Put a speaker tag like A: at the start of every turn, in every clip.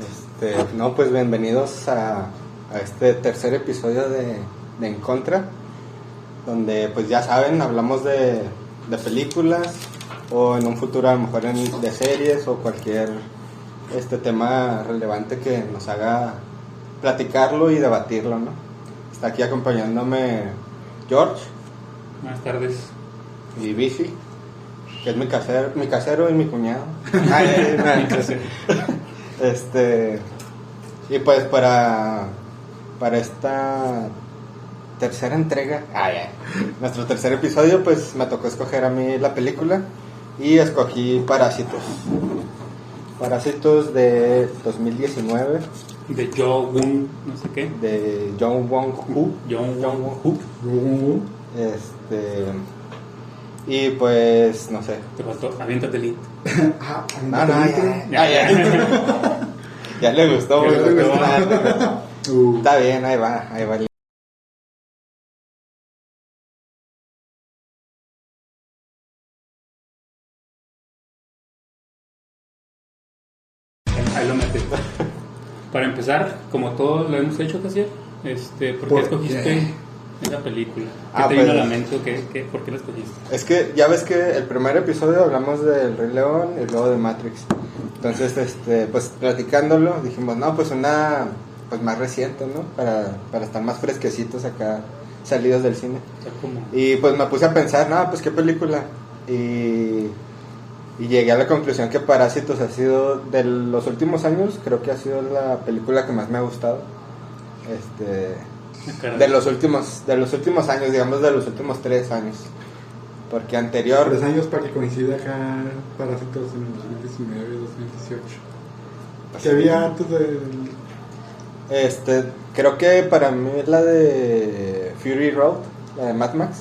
A: Este, no, pues bienvenidos a, a este tercer episodio de, de En Contra, donde pues ya saben, hablamos de, de películas o en un futuro a lo mejor en- de series o cualquier este tema relevante que nos haga platicarlo y debatirlo, ¿no? Está aquí acompañándome George
B: Buenas tardes.
A: y Bici, que es mi casero, mi casero y mi cuñado. Ay, ay, ay, no, este y pues para para esta tercera entrega, ay, ay, nuestro tercer episodio, pues me tocó escoger a mí la película y escogí Parásitos. Parásitos de 2019
B: De Jong-un, no sé qué.
A: de John Wong-Hoo.
B: John
A: John
B: Wong.
A: Wong-Hoo. Este y pues no sé,
B: Te faltó, aviéntate Link.
C: Ah,
A: No, no, ya, ya, ya, ya. Ya le gustó,
C: Ya le
A: güey,
C: gustó.
A: nada.
C: Uh,
A: Está bien, ahí va, ahí va.
B: Ahí lo metes. Para empezar, como todos lo hemos hecho, Casier, este, ¿por qué
C: ¿Por
B: escogiste
C: qué?
B: esa película? ¿Qué
A: Ah,
B: te
A: pues-
B: vino a la mente? o ¿Qué, qué, ¿Por qué la escogiste?
A: Es que ya ves que el primer episodio hablamos del Rey León y luego de Matrix. Entonces, este, pues platicándolo, dijimos, no, pues una pues más reciente, ¿no? Para, para estar más fresquecitos acá, salidos del cine.
B: O sea, como,
A: Y pues me puse a pensar, no, pues qué película. Y, y llegué a la conclusión que Parásitos ha sido, de los últimos años, creo que ha sido la película que más me ha gustado. Este,
B: ah, caray.
A: de los últimos, de los últimos años, digamos de los últimos tres años. Porque
C: tres
A: anterior,
C: años para que coincida acá Parásitos en el 2019 y 2018.
A: Pues
C: ¿Qué
A: sí.
C: había antes del.
A: este, creo que para mí es la de Fury Road, la de Mad Max.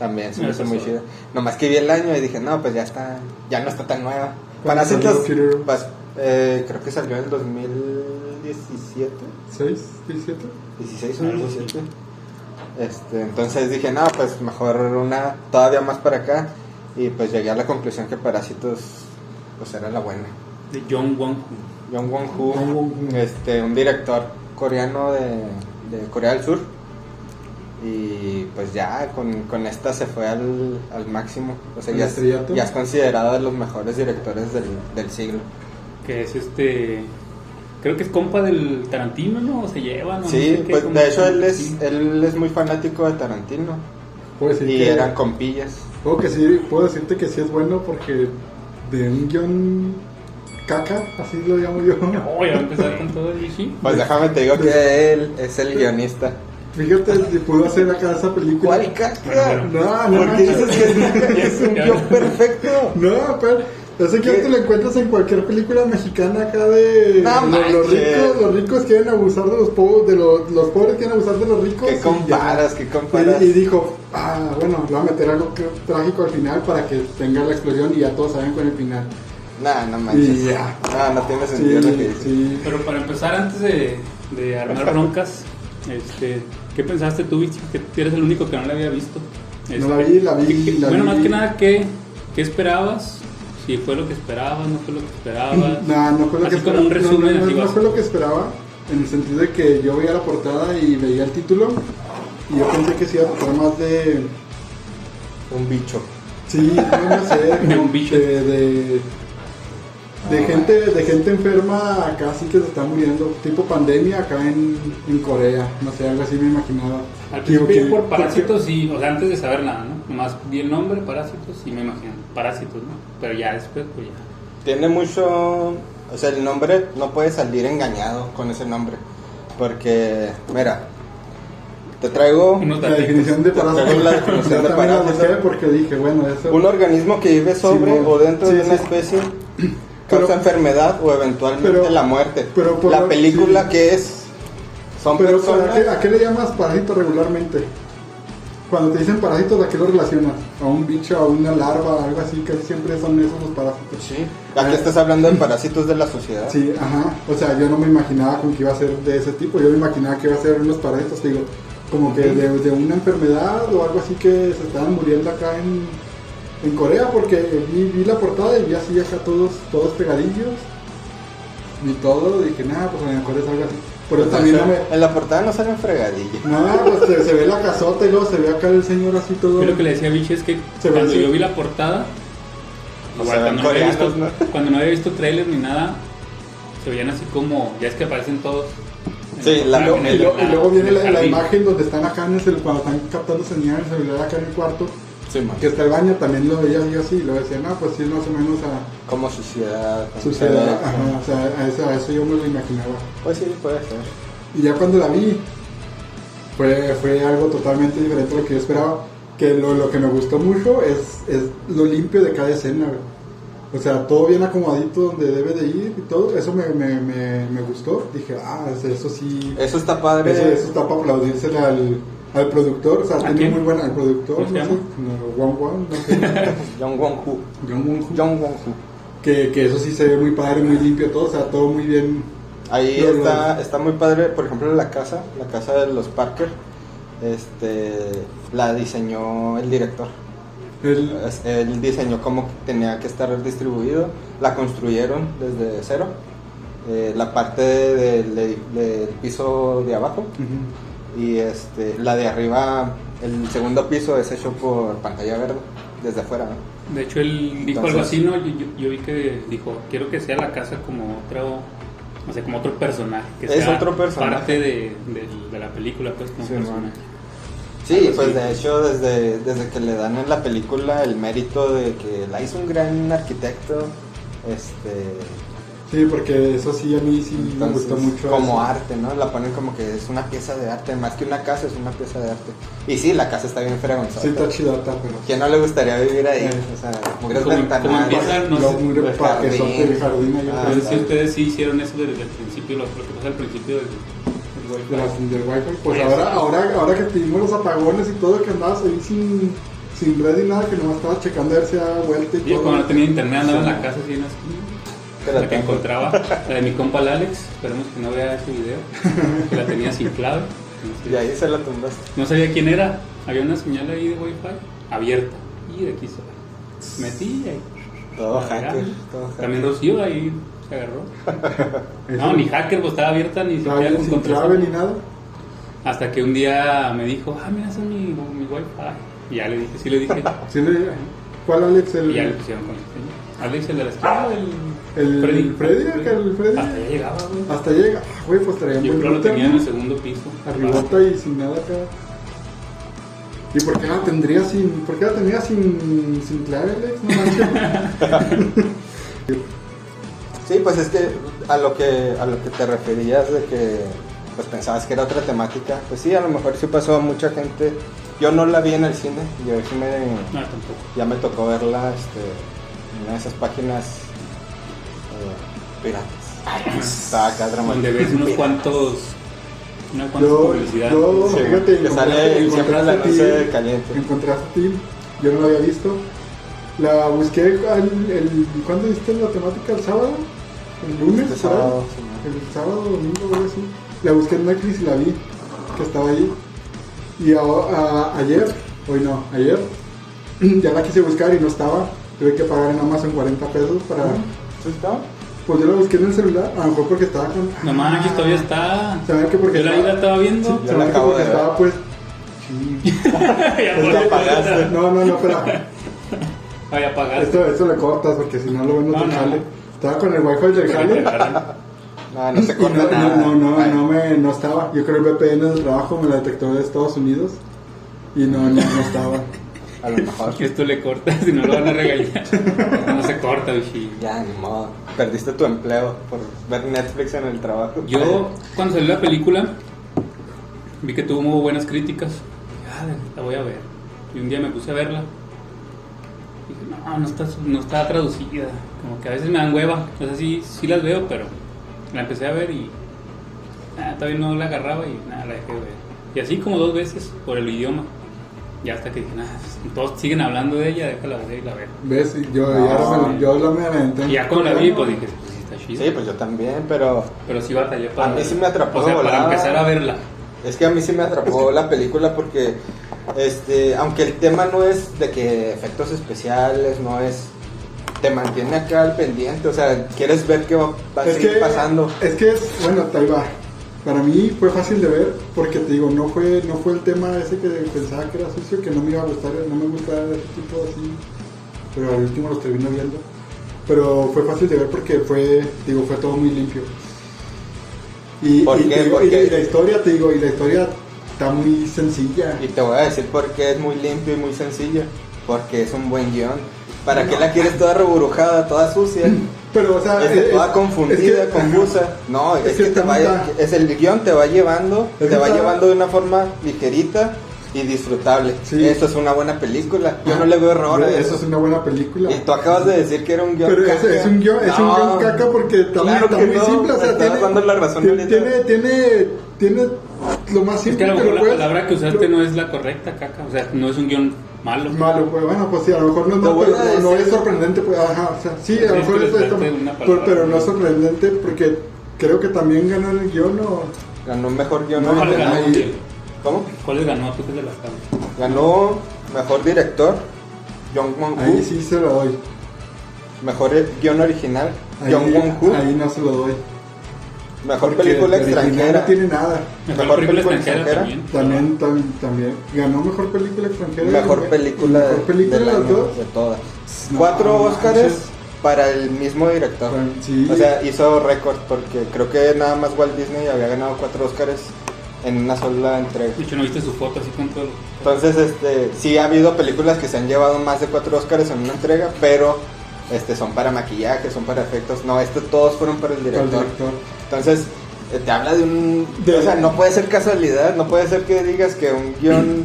A: También se me
B: Esa
A: hizo muy
B: sí.
A: chida. Nomás que vi el año y dije, no, pues ya está, ya no está tan nueva.
C: ¿Cuándo
A: Parásitos,
C: salió Fury Road?
A: Pues, eh, creo que salió en el 2017,
C: 6, 17?
A: 16 o
B: Algo
A: 17. Este, entonces dije, no, pues mejor una todavía más para acá. Y pues llegué a la conclusión que Parásitos pues era la buena.
B: De John Wong.
A: Jong
C: Jong
A: Won-ho,
C: Won-ho.
A: este, un director coreano de, de Corea del Sur. Y pues ya con, con esta se fue al, al máximo. O sea,
C: ¿Al
A: ya es,
C: estrellato?
A: ya es considerado de los mejores directores del, del siglo.
B: Que es este. Creo que es compa del Tarantino, ¿no? O se llevan. o Ah, no
A: Sí,
B: sé qué,
A: pues
B: como-
A: de hecho él
B: Sí.
A: es, él es muy fanático de Tarantino.
C: Puedo decir
A: Y
C: que.
A: eran compillas.
C: Puedo, que sí, puedo decirte que sí es bueno porque de un guión caca, así lo llamo yo.
B: Oh, ya va a empezar con todo el Vichy.
A: Pues déjame te digo que él es el guionista.
C: Fíjate si pudo hacer acá esa película.
A: ¿Cuál
B: Bueno,
A: caca?
B: bueno.
C: No, no,
A: ¿Por qué
C: manches.
A: dices que es caca? es un guión perfecto?
C: No, pero ese guión
A: ¿Qué?
C: te lo encuentras en cualquier película mexicana acá de
A: No
C: lo- los,
A: manches.
C: ricos, los ricos quieren abusar de los pobres, de los, los pobres quieren abusar de los ricos.
A: ¿Qué
C: y
A: comparas?
C: ya.
A: ¿Qué comparas?
C: Y, y dijo, ah, bueno, le voy a meter algo que- trágico al final para que tenga la explosión y ya todos saben con el final.
A: No, no manches.
C: Y ya.
A: No, no tiene
C: Sí,
A: sentido lo que dices.
C: sí.
B: Pero para empezar, antes de, de armar broncas, este, ¿qué pensaste tú, Vichy? Que eres el único que no la había visto. Este,
C: No la vi, la vi,
B: ¿qué- qué-
C: la
B: bueno,
C: vi.
B: más que nada, ¿qué, ¿qué esperabas? Si fue lo que esperabas, no fue lo que esperabas.
C: No, no fue lo
B: Así
C: que
B: como
C: esperaba.
B: un
C: No,
B: resumen,
C: no,
B: así
C: no, no
B: vas.
C: fue lo que esperaba, en el sentido de que yo veía la portada y veía el título y yo pensé que sí iba a tratar más de
A: Un bicho.
C: Sí, no, no sé.
B: De un bicho.
C: De, de, de gente, de gente enferma acá sí que se está muriendo. Tipo pandemia acá en, en Corea. No sé, algo así me imaginaba.
B: Al
C: Digo,
B: principio
C: que-
B: por parásitos y, o sea, antes de saber nada, ¿no? Nomás vi el nombre, parásitos, y me imagino, parásitos, ¿no? Pero ya después, pues ya.
A: Tiene mucho. O sea, el nombre no puede salir engañado con ese nombre. Porque, mira, te traigo
B: Unos
C: La
B: datitos.
C: definición de
A: Tengo
C: parásito.
A: la definición
C: Yo
A: de
C: también la busqué
A: parásito.
C: porque dije, bueno, eso.
A: un organismo que vive sobre
C: Sí, bueno.
A: o dentro
C: Sí,
A: de una
C: sí.
A: especie. Causa
C: Pero-
A: enfermedad o eventualmente
C: pero-
A: la muerte.
C: pero por
A: la
C: lo-
A: película
C: sí.
A: que es. Son
C: Pero ¿para
A: personas.
C: qué- ¿a qué le llamas parásito regularmente? Cuando te dicen parásitos, ¿a qué lo relacionas? ¿A un bicho, a una larva, algo así? Casi siempre son esos los parásitos.
A: Pues Sí. Aquí estás hablando de parásitos de la sociedad.
C: Sí, ajá. O sea, yo no me imaginaba con que iba a ser de ese tipo. Yo me imaginaba que iba a ser unos parásitos, digo, como que de, de una enfermedad o algo así que se estaban muriendo acá en, en Corea, porque vi, vi la portada y vi así acá todos, todos pegadillos. ni todo, dije, nada, pues a lo mejor es algo así. Pero
B: Pues
C: también no me...
A: Pues En la portada no salen fregadillas.
C: No, pues se, se ve la casota y luego se ve acá el señor así todo.
B: Yo lo que le decía a Vichy es que
C: Se
B: cuando
C: parece.
B: yo vi la portada,
A: O
B: igual
A: sea,
B: cuando, no había visto,
A: coreanos, ¿no?
B: cuando no había visto trailers ni nada, se veían así como, ya es que aparecen todos. en
A: Sí, la-
B: portada,
C: Luego-
B: en
C: y,
B: el-
C: luego- y
B: en
C: luego
B: el
C: viene la, la
B: jardín.
C: imagen donde están acá en el cel- cuando están captando señales en el celular acá en el cuarto,
A: Sí, man.
C: que está el baño, también lo veía yo así, y luego decía, no, pues sí, más o menos a
A: Como suciedad. como
C: suceder,
A: pedo.
C: ajá, o sea, a eso, a eso yo me lo imaginaba.
A: Pues sí, puede ser.
C: Y ya cuando la vi, fue, fue algo totalmente diferente a lo que yo esperaba, que lo, lo que me gustó mucho es, es lo limpio de cada escena, güey. O sea, todo bien acomodadito donde debe de ir y todo, eso me, me, me, me gustó, dije, ah, eso sí...
A: Eso está padre.
C: Eso, eso está para aplaudírsele al, al productor, o sea,
B: ¿A
C: tiene
B: quién?
C: muy buena al productor,
B: ¿Cómo se
C: no sé,
B: llama?
C: no, Wang Wang, no sé,
A: John Wong-Hu.
C: John Woo-hoo,
A: John Wong-Hu.
C: que, que eso sí se ve muy padre, muy limpio todo, o sea, todo muy bien.
A: Ahí
C: Los
A: está,
C: dos.
A: está muy padre, por ejemplo, la casa, la casa de los Parker, este, la diseñó el director.
C: El,
A: Es- Él diseñó cómo tenía que estar distribuido, la construyeron desde cero. eh, la parte del del- del piso de abajo
C: ujú,
A: y este, la de arriba, el segundo piso es hecho por pantalla verde, desde afuera. ¿no?
B: De hecho, él dijo
A: Entonces-
B: algo así, ¿no? Yo, yo- yo vi que dijo, quiero que sea la casa como otro, o sea, como otro personaje. Que
A: Es
B: sea
A: otro personaje.
B: Parte de, de- de la película, pues, como
A: Sí,
B: personaje.
A: Sí,
B: Algo
A: pues
B: así.
A: de hecho desde, desde que le dan en la película el mérito de que la hizo un gran arquitecto, este,
C: Sí, porque eso sí a mí sí me
A: Entonces,
C: gustó mucho.
A: como
C: eso.
A: arte, ¿no? La ponen como que es una pieza de arte, más que una casa, es una pieza de arte. Y sí, la casa está bien fregonzota.
C: Sí, está chidota, pero.
A: ¿Quién no le gustaría vivir ahí?
C: Sí.
A: O sea,
B: Como,
A: puras
B: como
A: ventanas.
B: empieza, no
C: Lo
B: sé,
C: muy
A: el
C: reparquezote
A: jardín.
C: del jardín ahí
A: Ah,
B: no sé
C: atrás,
B: si ustedes sí hicieron eso desde el principio, lo, lo que pasa al principio del, del Wi-Fi.
C: de las- del wifi. Pues
B: Ahí
C: ahora,
B: está.
C: ahora, ahora que tuvimos los apagones y todo, que andabas ahí sin, sin red y nada, que nomás estaba checando a ver si daba vuelta y
B: Y yo
C: todo.
B: cuando no tenía internet andaba en la casa así en las...
A: Te la
B: La que
A: tengo.
B: encontraba, la de mi compa el Alex, esperemos que no vea ese video, que la tenía sin clave. entonces,
A: Y ahí se la tumbaste.
B: No sabía quién era, había una señal ahí de Wi-Fi abierta y de aquí se va. Metí y ahí.
A: Todo
B: la
A: hacker,
B: agarré.
A: todo hacker.
B: También Rocío ahí se agarró. No, ni hacker, pues estaba abierta ni
C: Estaba
B: siquiera
C: bien
B: con
C: sin
B: contraseña.
C: clave ni nada.
B: Hasta que un día me dijo, ah, mira, ese es mi, mi Wi-Fi. Y ya le dije, sí le dije.
C: Sí, le- ¿Cuál Alex? El,
B: y ya le pusieron con el Alex, el de la esquina, el,
C: el Freddy. acá el Freddy.
B: Hasta ya llegaba, güey.
C: Hasta llega. Ah, Güey, pues
B: Yo
C: traía buen
B: creo lo
C: router,
B: tenía en
C: ¿no?
B: el segundo piso.
C: Arribota y sin nada acá. ¿Y por qué la tendría sin, por qué la tendría sin, sin clave, Alex? No manches.
A: Sí, pues es que a lo que a lo que te referías de que pues pensabas que era otra temática, pues sí, a lo mejor sí pasó a mucha gente. Yo no la vi en el cine, yo sí me
B: No, tampoco.
A: ya me tocó verla este, en una de esas páginas eh, piratas. Estaba acá dramático.
B: Donde ves unos
A: Pirata.
B: cuantos. Una cuantas
C: Yo,
B: publicidad.
C: yo,
A: Sí,
C: fíjate,
A: que
C: encontraste-
A: sale
C: encontraste
A: siempre la
C: a ti-
A: noche caliente.
C: Encontraste a ti, yo no la había visto. La busqué, al- el, ¿cuándo viste la temática? ¿El sábado? ¿El lunes?
A: Este
C: ¿sabes?
A: sábado, sí, ¿no?
C: El sábado, domingo, algo así. La busqué en Netflix y la vi, que estaba ahí. Y a- a- ayer, hoy no, ayer, ya la quise buscar y no estaba. Tuve que pagar en Amazon 40 pesos para...
A: ¿Sí está?
C: Pues yo la busqué en el celular, a lo mejor porque estaba con...
B: No manches, todavía está.
C: Se ve que porque
B: Yo la
C: estaba-
B: vida estaba viendo.
C: Sí,
A: Yo
C: se
A: la
C: ve que
A: acabo
C: porque
A: de ver.
C: estaba pues... Sí.
B: ya
C: Es
B: por-
C: que-
A: apagaste.
C: No, no, no, espera.
B: Ay, apagaste.
C: Esto, esto lo cortas porque si no lo ven
B: No,
C: otro
B: no.
C: jale. Estaba con el wifi del jale.
A: No, no se
C: y No,
A: corta nada.
C: no, no, no,
A: Ay,
C: no, me, no estaba. Yo creo que el VPN del trabajo me lo detectó de Estados Unidos y no, no, no estaba.
A: A lo mejor.
B: Esto le corta, si no lo van a regañar. No se corta, bichi.
A: Ya, ni modo. Perdiste tu empleo por ver Netflix en el trabajo.
B: Yo, cuando salió la película, vi que tuvo muy buenas críticas. Ya, la voy a ver. Y un día me puse a verla. Dije, no, no está, no está traducida. Como que a veces me dan hueva. O sea, sí, sí las veo, pero la empecé a ver y nada, todavía no la agarraba y nada, la dejé de ver. Y así como dos veces por el idioma. Ya hasta que dije, nada, todos siguen hablando de ella, déjala ver y la ver.
C: ¿Ves? Y Yo,
A: No.
C: ya ahora me- yo la me aventé.
B: Y ya cuando la vi, pues dije, pues sí está chida.
A: Sí, pues yo también, pero
B: Pero sí batallé para.
A: A mí sí me atrapó
B: O sea,
A: de
B: para
A: volada.
B: empezar a verla.
A: Es que a mí sí me atrapó la película porque, este, aunque el tema no es de que efectos especiales, no es te mantiene acá al pendiente, o sea, quieres ver qué va, va a
C: es
A: seguir
C: que,
A: pasando.
C: Es que es, bueno, ahí va. Para mí fue fácil de ver porque te digo, no fue, no fue el tema ese que pensaba que era sucio, que no me iba a gustar, no me gustaba ese tipo así, pero al último los termino viendo. Pero fue fácil de ver porque fue, digo, fue todo muy limpio. Y,
A: ¿Por
C: y
A: qué?
C: te digo,
A: ¿Por
C: y la-
A: qué?
C: y la historia, te digo, y la historia está muy sencilla.
A: Y te voy a decir por qué es muy limpio y muy sencillo, porque es un buen guión. ¿Para qué la quieres toda reburujada, toda sucia?
C: Pero, o sea,
A: Este, toda confundida,
C: es que-
A: confusa. No, es,
C: Es
A: que,
C: que
A: te
C: está
A: va,
C: muta.
A: es el guión te va llevando,
C: Es
A: te va
C: muta.
A: llevando de una forma ligerita y disfrutable.
C: Sí.
A: Eso es una buena película. Yo no le veo error. a
C: Eso es una buena película.
A: Y tú acabas de decir que era un guión
C: Pero
A: caca.
C: ese es un guión, es un
A: No,
C: guión caca porque está, muy-
A: claro
C: está
A: que
C: muy
A: no,
C: simple, o
A: me
C: sea,
A: estás
C: tiene,
A: dando la razón
C: tiene,
A: ahorita.
C: tiene, tiene, tiene lo más
B: Es que
C: simple
B: a lo
C: lo
B: mejor la
C: puedes-
B: palabra que usaste
C: pero-
B: no es la correcta, caca. O sea, no es un guión malo.
C: malo, pues bueno, pues sí, a lo mejor no es
A: Te
C: malo,
A: voy
C: pero
A: a
C: no, no
A: decir-
C: es sorprendente, pues ajá, o sea, sí,
B: Tienes
C: a lo
B: que
C: mejor eso es
B: inventarte
C: tam-
B: una
C: pero,
B: palabra.
C: pero no es sorprendente porque creo que también ganó el guión o
A: Ganó mejor guión
C: No,
B: ¿Cuál ganó?
A: original.
C: ahí-
B: Miguel?
A: ¿Cómo?
B: ¿Cuál ganó? Tú que te la sabes.
A: Ganó mejor director, Jong Won
C: ahí
A: Hu.
C: sí se lo doy.
A: Mejor guión original,
C: Ahí,
A: Jong Won Hu.
C: ahí no se lo doy.
A: Mejor
C: porque
A: película
C: el original
A: extranjera.
C: No tiene nada.
B: Mejor,
A: Mejor
B: película
A: película
B: extranjera,
A: extranjera.
B: también.
C: También, tam- también ganó mejor película extranjera.
A: Mejor
C: También.
A: película,
C: Mejor película de
A: del
C: las
A: año,
C: dos. Pues,
A: de todas.
C: No,
A: Cuatro
C: no
A: Óscares
C: manches.
A: para el mismo director.
C: Para- sí.
A: O sea, hizo récord porque creo que nada más Walt Disney había ganado cuatro Óscares en una sola entrega.
B: De hecho, no viste su foto así con todo. lo-
A: Entonces, este, sí ha habido películas que se han llevado más de cuatro Óscares en una entrega, pero este, son para maquillaje, son para efectos. No, estos todos fueron para el
C: Para el
A: director. Entonces, eh, te habla de un...
C: De-
A: o sea, no puede ser casualidad, no puede ser que digas que un guión...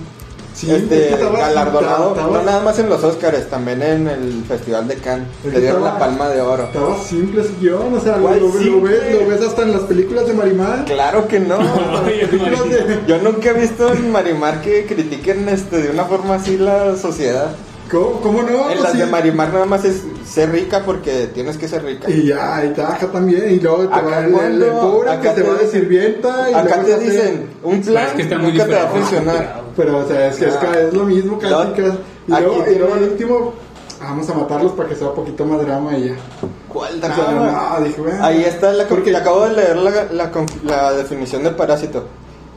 C: Sí,
A: este,
C: es que estaba-
A: galardonado,
C: estaba-
A: no nada más en los Oscars, también en el Festival de Cannes.
C: Es
A: Le
C: que
A: dieron
C: estaba-
A: la palma de oro.
C: Estaba simple ese guión, o sea, lo,
A: ¿Cuál
C: lo- lo
A: simple?
C: ves, lo ves hasta en las películas de Marimar.
A: Claro que no.
B: Ay, es
C: Películas
B: maravilloso.
C: de-
A: Yo nunca he visto en Marimar que critiquen este, de una forma así la sociedad.
C: ¿Cómo, cómo no?
A: en
C: Pues
A: las
C: sí.
A: de Marimar nada más es ser rica porque tienes que ser rica.
C: Y ya, y taja también, y luego te
A: Acá
C: va el, el
A: cuando-
C: pobre
A: acá
C: que
A: te
C: te va de
A: dicen-
C: sirvienta. Y
A: Acá
C: luego
A: te
C: hace-
A: dicen, un
B: Pero
A: plan
B: es que está muy
A: nunca te va a
B: diferente,
A: funcionar.
B: culturado.
C: Pero, o sea, es que es,
A: Ah.
C: ca- es lo mismo casi.
A: Lo-
C: casi. y,
A: aquí
C: luego, y luego
A: tiene-
C: el último, vamos a matarlos para que sea un poquito más drama y ya.
A: ¿Cuál
C: sea,
A: drama?
C: no, dije, bueno.
A: Ahí está la
C: Porque-
A: porque acabo de leer la, la con- la definición de parásito.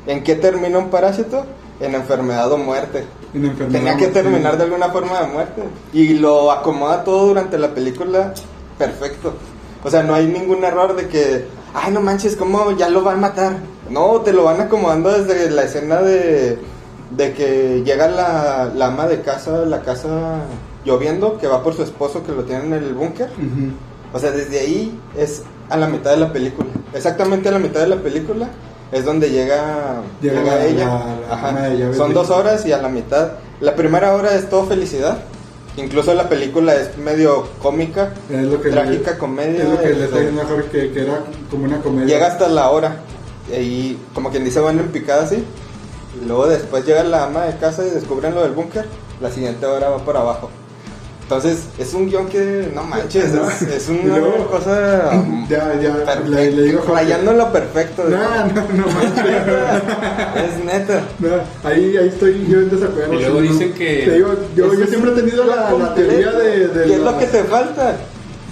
A: ¿En qué termina un parásito? En enfermedad o muerte.
C: En enfermedad.
A: Tenía que terminar de alguna forma de muerte. Y lo acomoda todo durante la película perfecto. O sea, no hay ningún error de que, ay, no manches, ¿cómo ya lo van a matar? No, te lo van acomodando desde la escena de, de que llega la, la ama de casa, la casa lloviendo, que va por su esposo que lo tiene en el búnker.
C: Ujú.
A: O sea, desde ahí es a la mitad de la película. Exactamente a la mitad de la película es donde llega,
C: Llega
A: llega,
C: la-
A: ella.
C: la- la
A: Ajá.
C: ama de llaves
A: Son
C: de-
A: dos horas y a la mitad. La primera hora es todo felicidad. Incluso la película es medio cómica,
C: Es lo que
A: trágica, comedia.
C: Es lo que les
A: este,
C: dije mejor que, que era como una comedia.
A: llega hasta la hora. Y como quien dice, van en picada así. Y Luego después llega la ama de casa y descubren lo del búnker. La siguiente hora va para abajo. Entonces, es un guión que no manches, es, es
C: Y
A: una
C: luego-
A: cosa.
C: Ya, ya,
A: perfecta,
C: le, le digo a Jorge.
A: rayando lo perfecto.
C: No, no, no, manches.
A: Es neta.
C: No, ahí, ahí estoy yo en desacuerdo.
B: Y luego
C: sí, no.
B: dicen que-
C: Te digo, yo,
A: Es-
C: yo siempre he tenido la, la teoría de. de
A: ¿Qué es lo
C: las-
A: que te falta?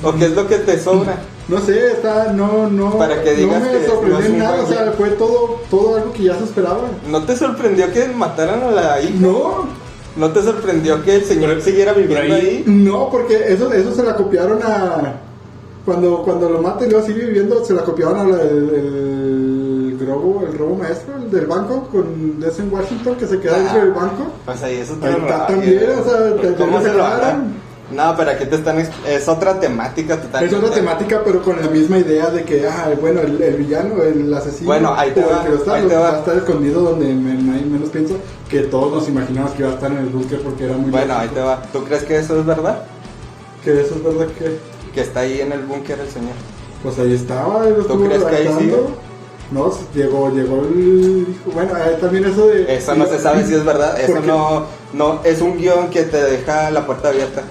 A: ¿O qué es lo que te sobra?
C: No sé, está. No, no.
A: Para que digas
C: no
A: que
C: me
A: no
C: sorprendió
A: es
C: en
A: un
C: nada. O
A: buen
C: sea,
A: guión.
C: fue todo, todo algo que ya se esperaba.
A: ¿No te sorprendió que mataran a la hija?
C: No,
A: ¿No te sorprendió que el señor
B: Pero-
A: siguiera
B: pero
A: viviendo
B: ahí-
A: ahí?
C: no, porque eso, eso se la copiaron a. Cuando, cuando lo mata y luego sigue viviendo, se la copiaron al el, el robo, el robo maestro, el del banco, con ese en Washington que se
A: Ah.
C: queda dentro del banco.
A: Pues ahí eso te
C: Ahí
A: lo
C: está
A: rayan.
C: también, o sea, te-
A: ¿Cómo
C: te
A: se lo
C: sacaron?
A: harán? No, pero aquí te están. ex- Es otra temática
C: Es
A: totalmente.
C: otra temática, pero con la misma idea de que, ah, bueno, el, el villano, el asesino,
A: Bueno, ahí te
C: o el
A: va,
C: que lo está,
A: ahí
C: lo-
A: te va.
C: va a estar escondido donde me- nadie menos piensa, que todos nos imaginamos que iba a estar en el búnker porque era muy
A: Bueno, ahí
C: lógico.
A: te va. ¿Tú crees que eso es verdad?
C: Que eso es verdad que,
A: Que está ahí en el búnker el señor.
C: pues ahí estaba, él lo
A: ¿Tú
C: estuvo
A: crees que ahí
C: redactando.
A: sigue?
C: No, s- llegó, llegó el... Bueno, ahí también eso de...
A: Eso no se sabe si es verdad, eso
C: Porque-
A: no, no, es un guión que te deja la puerta abierta.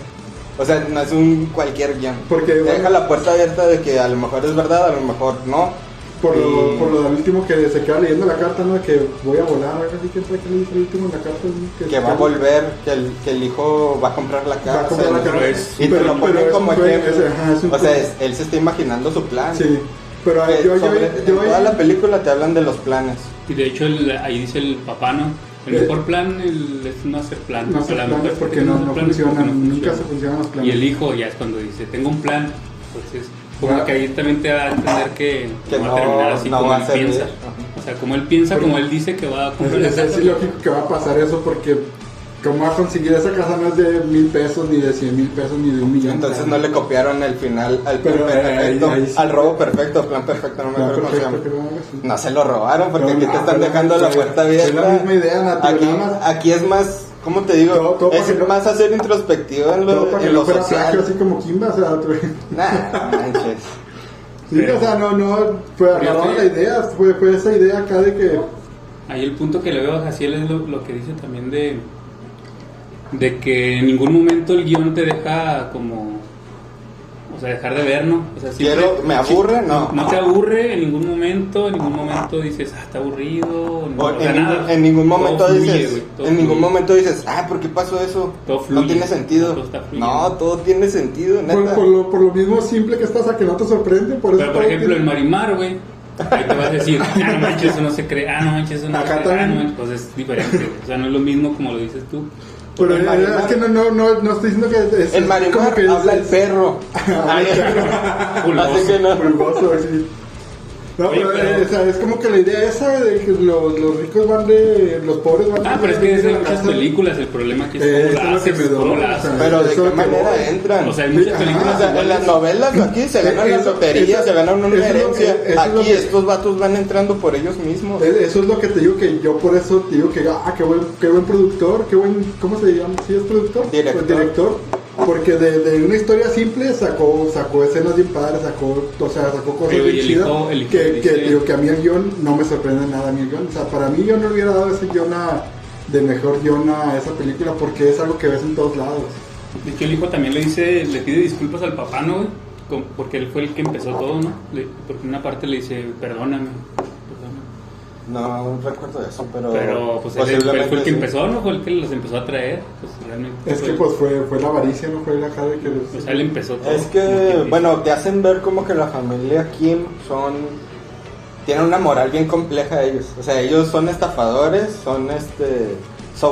A: O sea, no es un cualquier guión.
C: Porque,
A: te
C: bueno-
A: deja la puerta abierta de que a lo mejor es verdad, a lo mejor no.
C: Por, lo,
A: Y-
C: por lo del último que se queda leyendo la carta, ¿no? De que voy a volar, algo así, ¿quién sabe qué le dice el último en la carta? ¿no?
A: que va a volver, que el, que el hijo va a comprar la casa.
C: Va a comprar la carta.
B: Reverse.
A: Y te lo ponen
C: es un
A: como
C: sueño,
A: ejemplo.
C: ese, ajá, es un
A: o sea,
C: sueño.
A: es- él se está imaginando su plan.
C: Sí, pero ahí-
A: Que
C: yo, yo,
A: sobre-
C: yo,
A: en toda la película te hablan de los planes.
B: Y de hecho el- ahí dice el papá, ¿no? El
C: Eh,
B: mejor plan el- es no hacer plan.
C: no
B: O sea,
C: sé
B: la
C: planes
B: mejor
C: porque
B: forma de
C: no,
B: hacer
C: no
B: plan es
C: funcionan,
B: porque no
C: nunca se
B: funciona.
C: funcionan los
B: Y
C: planes.
B: el hijo ya es cuando dice, tengo un plan. Entonces, como
C: Bueno.
B: que ahí también te va a entender que,
A: Que
B: no va
A: no-
B: a terminar así
A: no
B: como
A: va
B: él
A: a ser
B: piensa.
A: bien. Ajá.
B: O sea, como él piensa, como él dice que va a comprar la
C: Es, es
B: casa.
C: ilógico que va a pasar eso porque como va a conseguir esa casa no es de mil pesos, ni de cien mil pesos, ni de un millón.
A: Entonces no le copiaron el final al plan
C: Pero, eh,
A: perfecto,
C: ahí- ahí sí.
A: al robo perfecto, plan perfecto, no me
C: Plan
A: acuerdo cómo se
C: perfecto,
A: llama.
C: creo que sí.
A: No se lo robaron porque
C: No,
A: aquí
C: no,
A: te están
C: pero-
A: dejando la
C: sí,
A: puerta abierta.
C: es la misma idea, Nati,
A: aquí,
C: nada más.
A: aquí es más, ¿cómo te digo?
C: Todo- todo para
A: es
C: que no-
A: más hacer introspectiva en
C: Todo
A: lo,
C: para que
A: en
C: no
A: lo
C: fuera plagio,
A: social.
C: así como Kimba, o sea, tú-
A: Nah, no manches.
C: Sí, o sea, no, no, fue agarraron la idea, fue, fue esa idea acá de que...
B: Ahí el punto que le veo a Jaciel es lo, lo que dice también de, de que en ningún momento el guión te deja como, o sea, dejar de ver, ¿no? O sea, siempre-
A: Quiero- ¿me aburre? No.
B: No te aburre en ningún momento, en ningún momento dices, ah, está aburrido, no,
A: O
B: o sea,
A: en, ningún-
B: nada.
A: en ningún momento
B: Todo fluye,
A: dices,
B: güey, todo
A: en ningún
B: fluye.
A: momento dices, ah, ¿por qué pasó eso?
B: Todo
A: no
B: fluye,
A: tiene sentido.
B: todo está fluyendo.
A: no, todo tiene sentido,
C: Por,
A: neta.
C: por lo, por lo mismo simple que estás a que no te sorprende, por eso...
B: Pero, por
C: todo
B: ejemplo, el
C: tiene-
B: Marimar, güey, ahí te vas a decir, ah, no manches, eso no se cree, ah, no manches, eso no
C: Acá
B: se cree, ah, no
C: también.
B: manches, pues es diferente, güey. o sea, no es lo mismo como lo dices tú.
C: Pero
A: el
C: eh,
A: Marimar-
C: es que no, no, no, no estoy diciendo que... Es,
A: El
C: como
A: marimar
C: que es-
A: habla el
C: es-
A: perro. Ay, Así
B: Pulgoso.
A: que no.
C: Pulgoso, sí. No,
B: Oye,
C: pero,
B: pero-
C: eh, o sea, es como que la idea esa de que los, los ricos van de. los pobres van de.
B: Ah, pero es que es
C: de
B: en
C: la
B: muchas
C: casa.
B: películas, el problema aquí es
C: Eh,
B: cómo
C: eso
B: la
C: es lo que
B: haces,
C: me
B: cómo
C: duele,
B: la
C: o sea,
B: haces.
A: Pero de
C: Eso
A: qué
C: es lo que voy.
A: manera entran.
B: O sea, hay muchas
C: Ajá,
B: películas
A: O sea, en las
B: iguales.
A: novelas aquí se ganan la
C: Eso-
A: lotería,
C: eso-
A: se ganan una
C: eso es lo
A: herencia.
C: que- eso es lo
A: Aquí
C: que-
A: estos vatos van entrando por ellos mismos.
C: Eh, Eso es lo que te digo que yo por eso te digo que, ah, qué buen, qué buen productor, qué buen, ¿cómo se llama? ¿Sí es productor?
A: Director.
C: Pues, director. Porque de, de una historia simple sacó, sacó escenas bien padres, sacó, o sea, sacó cosas
B: Pero, y
C: bien
B: el
C: chidas.
B: hijo- el hijo
C: que,
B: dice-
C: que te digo que a mí el guión no me sorprende nada, a mí el guión. O sea, para mí yo no hubiera dado ese guión a- de mejor guión a esa película porque es algo que ves en todos lados.
B: De hecho, el hijo también le dice, le pide disculpas al papá, ¿no, güey? Con- Porque él fue el que empezó todo, ¿no? Le- porque en una parte le dice, perdóname, perdóname.
A: No recuerdo eso, pero.
B: Pero pues él, él fue el
A: sí.
B: que empezó, ¿no? Fue el que los empezó a traer. Pues realmente.
C: Es
B: fue-
C: que pues fue, fue la avaricia, no fue la cara de que...
B: O sea, él empezó todo.
A: Es que, bueno, te hacen ver como que la familia Kim son. Tienen una moral bien compleja ellos. O sea, ellos son estafadores, son este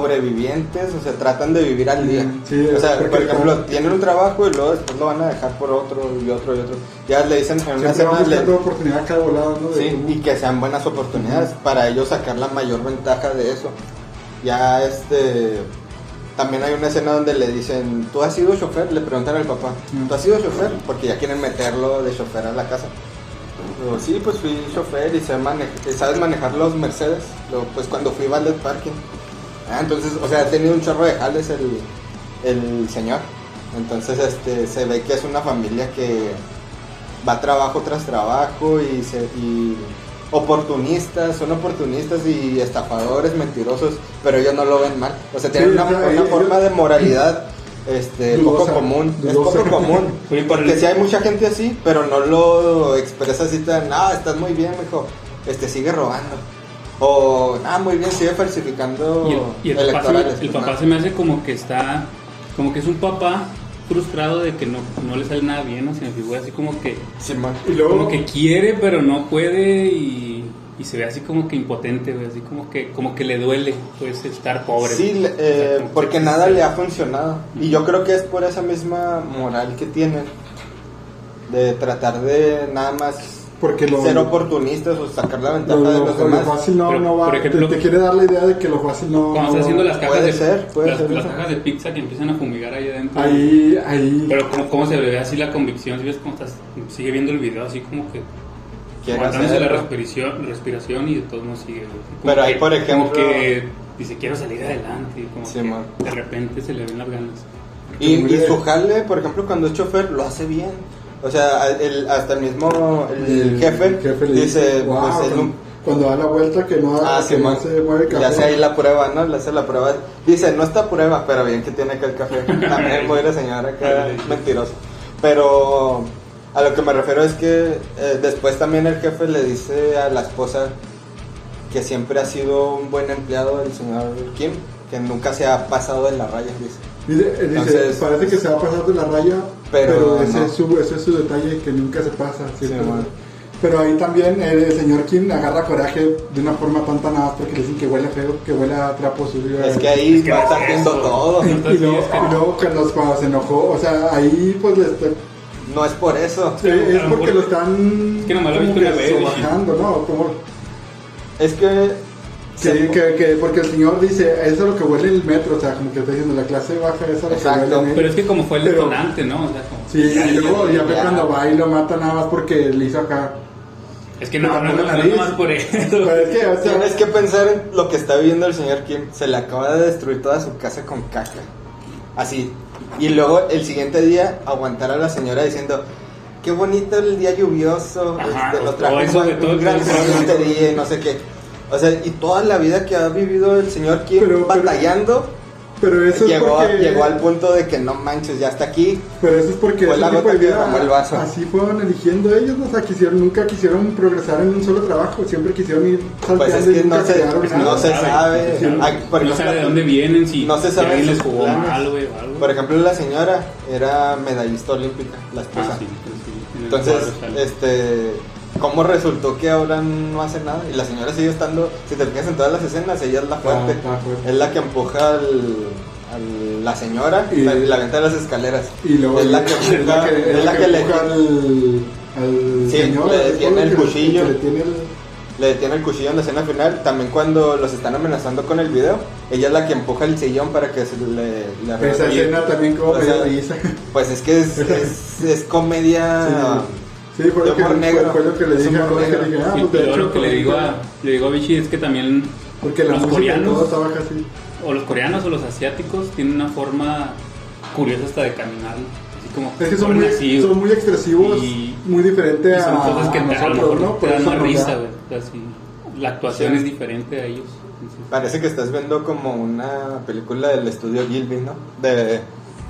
A: sobrevivientes, o sea, tratan de vivir al día.
C: Sí,
A: o sea,
C: porque
A: por ejemplo,
C: como-
A: tienen un trabajo y luego después lo van a dejar por otro y otro y otro. Ya le dicen en una
C: Siempre va
A: semana le-
C: buscando oportunidad cada volada, ¿no? De
A: Sí,
C: cómo-
A: y que sean buenas oportunidades para ellos sacar la mayor ventaja de eso. Ya este también hay una escena donde le dicen, "¿Tú has sido chofer?" le preguntan al papá.
C: Mm.
A: "¿Tú has sido chofer?" porque ya quieren meterlo de chofer a la casa. Luego, sí, pues fui chofer y sé mane- y sabes manejar los Mercedes. Luego, pues cuando fui valet parking. Ah, entonces, o sea, ha tenido un chorro de jales el, el señor. Entonces, este, se ve que es una familia que va trabajo tras trabajo y, se, y oportunistas, son oportunistas y estafadores, mentirosos, pero ellos no lo ven mal. O sea, tienen
C: Sí,
A: una,
C: o sea,
A: una
C: ellos-
A: forma de moralidad este, poco
C: Dudosa,
A: común.
C: dudosa.
A: Es poco común.
B: Oye, pero
A: porque
B: el-
A: si hay mucha gente así, pero no lo expresa así tan, ah, estás muy bien, mijo, este, sigue robando. O, ah, muy bien, sigue
B: Y el,
A: falsificando
B: y el papá, se,
A: electorales.
B: me- el
A: pues,
B: papá
A: ¿no?
B: se me hace como que está. Como que es un papá frustrado de que no, no le sale nada bien, ¿no? Se me figura así como que.
A: Simón.
C: Y luego...
B: Como que quiere, pero no puede y. y se ve así como que impotente, güey, así como que, como que le duele, pues, estar pobre.
A: Sí,
B: güey.
A: le-
B: O sea,
A: eh,
B: como que-
A: porque nada le ha funcionado. Y yo creo que es por esa misma moral que tienen de tratar de nada más
C: Porque lo,
A: ser oportunistas o sacar la
C: lo,
A: ventaja
C: lo-
A: de
C: lo
A: los demás.
C: fácil no,
B: Pero,
C: no va.
B: por ejemplo,
C: te, te quiere dar la idea de que lo fácil no.
B: Cuando
C: no
B: está haciendo
C: va.
B: las cajas,
A: Puede
B: de,
A: ser, puede
B: las,
A: ser
B: las
A: eso.
B: cajas de pizza que empiezan a fumigar ahí adentro.
C: Ahí, ahí.
B: Pero como cómo se le ve así la convicción, si ves cómo estás, sigue viendo el video así como que
A: Quieren
B: aguantándose la
A: hacerlo.
B: respiración, respiración y de todos modos sigue. güey. Como
A: Pero ahí,
B: que-
A: por ejemplo-
B: Como que dice, quiero salir adelante, y como
A: Sí,
B: que
A: man.
B: de repente se le ven las ganas.
A: Y, y su jale, por ejemplo, cuando es chofer, lo hace bien. O sea, el- hasta el mismo el, jefe,
C: le
A: dice,
C: "Wow",
A: pues él
C: cuando,
A: no-
C: cuando da la vuelta que no,
A: Ah,
C: da que
A: Simón.
C: no se mueve el
A: Le
C: café.
A: hace ahí la prueba, ¿no? Le hace la prueba. Dice, no está prueba, pero bien que tiene acá el café. También voy a la señora acá, mentiroso. Pero A lo que me refiero es que eh, después también el jefe le dice a la esposa que siempre ha sido un buen empleado el señor Kim, que nunca se ha pasado de la raya, dice.
C: Dice, eh, dice,
A: Entonces-
C: parece que se va a pasar de la raya, pero,
A: Pero
C: ese,
A: no.
C: es su, ese es su detalle que nunca se pasa. siempre.
A: bueno.
C: pero ahí también el, el señor Kim agarra coraje de una forma tonta nada más porque le dicen que huele feo, que huele a trapo sucio.
A: Es que ahí
B: Es que
A: va a
B: va
A: estar
B: a ser
A: viendo
B: eso.
A: todo.
C: Y luego, y luego cuando, cuando se enojó, o sea, ahí pues le está-
A: No es por eso.
B: Sí,
C: es
B: a lo
C: porque
B: mejor-
C: lo están
B: es que nomás lo
C: como
B: he visto una vez, y-
C: sobajando, ¿no? Como
A: Es que.
C: que, que- que- porque el señor dice, eso es lo que huele el metro, o sea, como que está diciendo la clase baja, eso es lo que
A: Exacto,
C: huele en él.
B: Pero es que como fue el
C: Pero-
B: detonante, ¿no? O sea, como-
C: Sí, y luego ya ve
A: Ya.
C: cuando va y lo mata nada más porque le hizo acá.
B: Es que no,
C: Pero
B: no, no,
C: por Ah, la
B: no,
C: nariz.
B: no más por eso.
C: Pero es que, o sea,
A: Tienes que pensar en lo que está viviendo el señor Kim. Se le acaba de destruir toda su casa con caca. Así. Y luego el siguiente día aguantar a la señora diciendo, qué bonito el día lluvioso,
B: Ajá,
A: este, lo
B: o-
A: trajo
B: o eso de todo
A: un
B: el
A: gran
B: tiempo.
A: sol este día y no sé qué. O sea, y toda la vida que ha vivido el señor Kim
C: Pero- pero-
A: batallando,
C: pero eso es
A: llegó, a-
C: porque.
A: llegó al punto de que no manches, ya está aquí.
C: Pero eso es porque
A: Fue
C: ese
A: la
C: tipo
A: gota
C: de
A: que
C: vida,
A: derramó el vaso.
C: así fueron eligiendo ellos, o sea, quisieron, nunca quisieron progresar en un solo trabajo, siempre quisieron ir salteando
A: Pues es
C: y
A: que
C: nunca
A: no se,
C: crearon
A: pues
C: nada.
A: no se sabe.
B: sabe.
A: Ay, por
B: no
A: ejemplo,
B: sabe de dónde vienen, si
A: no se
B: si
A: sabe
B: alguien
A: sus
B: les jugó
A: planes.
B: mal, güey, o algo.
A: Por ejemplo, la señora era medallista olímpica, la
B: Ah,
A: esposa.
B: sí, pues sí, en el
A: Entonces,
B: cuadro sale.
A: este, ¿cómo resultó que ahora no hace nada? Y la señora sigue estando, si te fijas en todas las escenas, ella es la fuerte.
C: Ah, está fuerte.
A: Es la que empuja al, al- la señora
C: Y-
A: y la, la venta de las escaleras.
C: Y luego
A: es la que,
C: es la que,
A: es la que le,
C: empuja al, al
A: Sí,
C: señor,
A: le
C: al
A: detiene
C: que
A: el
C: le-
A: cuchillo.
C: que le tiene el-
A: le detiene el cuchillo en la escena final. También cuando los están amenazando con el video, ella es la que empuja el sillón para que se le, le arregle.
C: Esa escena también como
A: O sea,
C: medio risa.
A: Pues es que es, es, es comedia.
C: Sí, fue lo,
A: ah, de
C: que,
A: humor
C: fue-
A: negro.
C: fue lo que le
A: Es
C: dije a
A: humor
C: Jorge,
A: negro.
C: dije, ah,
B: Sí,
C: pues de
B: pero
C: hecho,
B: lo que le
C: pues,
B: digo, a, le digo a Vichy es que también
C: Porque la
B: los
C: música
B: coreanos,
C: todo estaba casi...
B: o los coreanos o los asiáticos tienen una forma curiosa hasta de caminar. Así como
C: Es que son
B: corren
C: muy,
B: así, güey.
C: son muy expresivos,
B: Y-
C: muy diferente
B: Y
C: a,
B: son cosas que
C: a
B: te, a lo
C: nosotros,
B: mejor
C: ¿no?
B: te
C: Por
B: dan
C: eso
B: más
C: nos da-
B: risa, güey. O sea, sí, la actuación
A: Sí.
B: es diferente a ellos. Entonces,
A: Parece que estás viendo como una película del estudio Gilby, ¿no? De,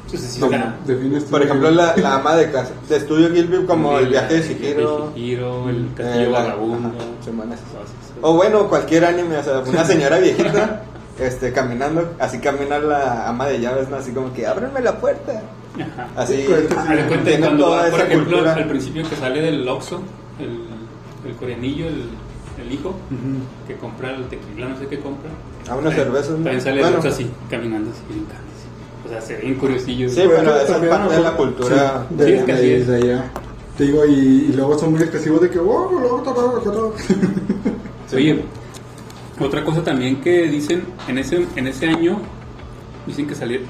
B: pues, sí,
A: No,
B: la-
C: define este-
A: por ejemplo, la, la ama de casa. De estudio Gilby como el viaje de
B: el viaje
A: Shihiro.
B: Chihiro, el
A: eh,
B: castillo
A: la-
B: vagabundo.
A: ajá, Oh. Simón, esas.
B: cosas así.
A: O bueno, cualquier anime, o sea, una señora viejita este, caminando, así camina la ama de llaves, ¿no? Así como que ábreme la puerta.
B: Ajá.
A: Así. ah,
C: Pues, sí,
B: Haz de cuenta
A: tiene
B: cuando
A: toda
B: va, por
A: esa
B: ejemplo,
A: cultura.
B: al principio que sale del Oxxo, el, el coreanillo, el, el hijo,
C: Ujú.
B: que compra el tequila, no sé qué compra.
A: A unas
B: También-
A: cervezas, ¿no?
B: eh, También sale
A: Bueno.
B: del Oxxo así, caminando así, brincando así. O sea, se ven curiosillos.
A: Sí,
B: güey.
A: pero esa es
C: también
A: parte
C: a lo
A: de la
C: mejor-
A: cultura
C: sí,
B: de-
C: de,
B: de-
C: de- de allá. Te digo, y, y luego son muy expresivos de que... "Oh, lo- lo- lo- lo- lo".
B: Oye, otra cosa también que dicen, en ese, en ese año, dicen que salir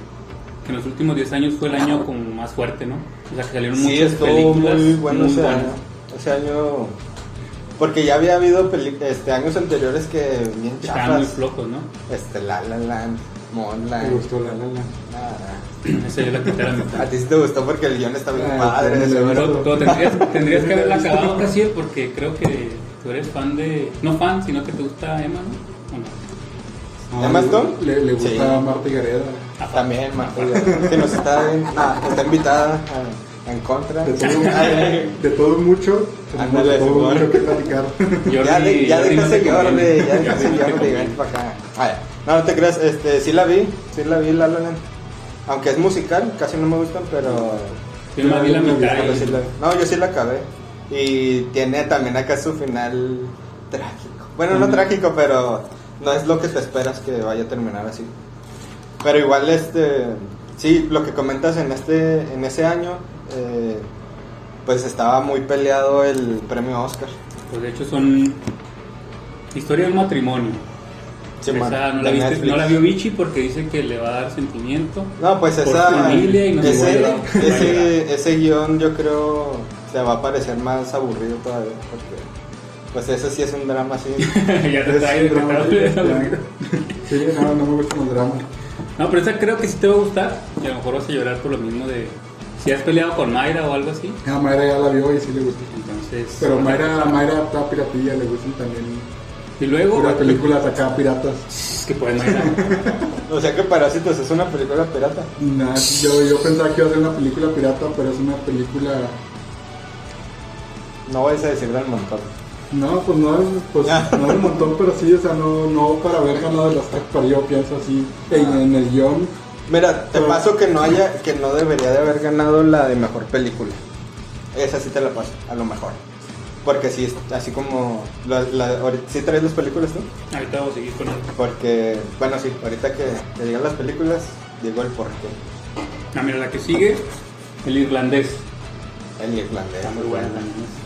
B: que en los últimos 10 años fue el año como más fuerte, ¿no? O sea, que salieron
A: Sí,
B: muchas
A: estuvo
B: películas
A: muy bueno
B: muy
A: ese año.
B: buenas.
A: Ese año. Porque ya había habido peli- este, años anteriores que bien
B: que Estaban muy
A: chafas.
B: flojos, ¿no?
A: Este, La La Land,
C: Me
A: Monland.
C: gustó la la la.
A: nada.
B: Esa yo la quité a la mitad.
A: A ti sí te gustó porque el guión está bien
C: Ah,
A: padre.
C: sí,
A: seguro.
B: Pero, pero tendrías, tendrías que haberla acabado casi porque creo que tú eres fan de. No fan, sino que te gusta Emma, ¿no? ¿O no?
A: ¿Ya más, Tom?
C: Le, le gusta
A: Sí.
C: Marta y Gareda.
A: También, Marta. Que nos está, bien- ah, está invitada a- a en contra.
C: De todo,
A: Ay, Ah,
C: de todo mucho, tenemos
A: Ándale,
C: de todo
A: Simón.
C: mucho que platicar.
A: Ya, de, ya
B: no
A: déjase
B: te
A: Jordi,
B: conviene.
A: ya déjase
B: no te
A: Jordi,
B: conviene.
A: vente para acá. Ay, no, no te creas, este, sí la vi, sí la vi La La Land. Aunque es musical, casi no me gustan, pero
B: Yo me vi la mitad.
A: Pero sí
B: y-
A: la- No, yo sí la acabé. Y tiene también acá su final trágico. Bueno, no
B: Ujú.
A: trágico, pero no es lo que te esperas que vaya a terminar así. Pero igual, este, sí, lo que comentas en, este, en ese año, eh, pues estaba muy peleado el premio Oscar.
B: Pues de hecho son. Historia de un matrimonio.
A: Sí,
B: Esa
A: man,
B: no la,
A: de
B: viste-
A: Netflix.
B: no la vio Vichy porque dice que le va a dar sentimiento.
A: No, pues
B: Por
A: esa,
B: familia y no sé
A: ese,
B: qué.
A: ese, ese guión yo creo se va a parecer más aburrido todavía, porque pues ese sí es un drama así.
B: ya te
C: Es
B: está ahí
C: un drama, sí,
B: de
C: ya. Sí, no, no me gusta los dramas.
B: No, pero esa creo que sí te va a gustar. Y a lo mejor vas a llorar por lo mismo de. Si has peleado con Mayra o algo así.
C: Ah, Mayra ya la vio y sí le gustó.
B: Entonces.
C: Pero Mayra, Mayra está piratilla, le gustan también
B: Y luego.
C: puras películas acá piratas.
B: Es que pueden Mayra.
A: O sea que Parásitos es una película pirata.
C: Nah, yo, yo pensaba que iba a ser una película pirata, pero es una película
A: No vais a decir del montón.
C: No, pues no, pues
A: Ah.
C: no del montón, pero sí, o sea, no, no para haber ganado el hashtag, pero yo pienso así en,
A: Ah.
C: en el guión.
A: Mira, te
C: Pero-
A: paso que no haya, que no debería de haber ganado la de mejor película. Esa sí te la paso, a lo mejor. Porque sí, así como. La, la- ahorita- ¿Sí traes las películas tú?
B: Ahorita voy a seguir con él.
A: Porque, bueno, sí, ahorita que te digan las películas, digo el porqué.
B: Ah, mira, la que sigue, el irlandés.
A: El irlandés.
B: Está muy buena también.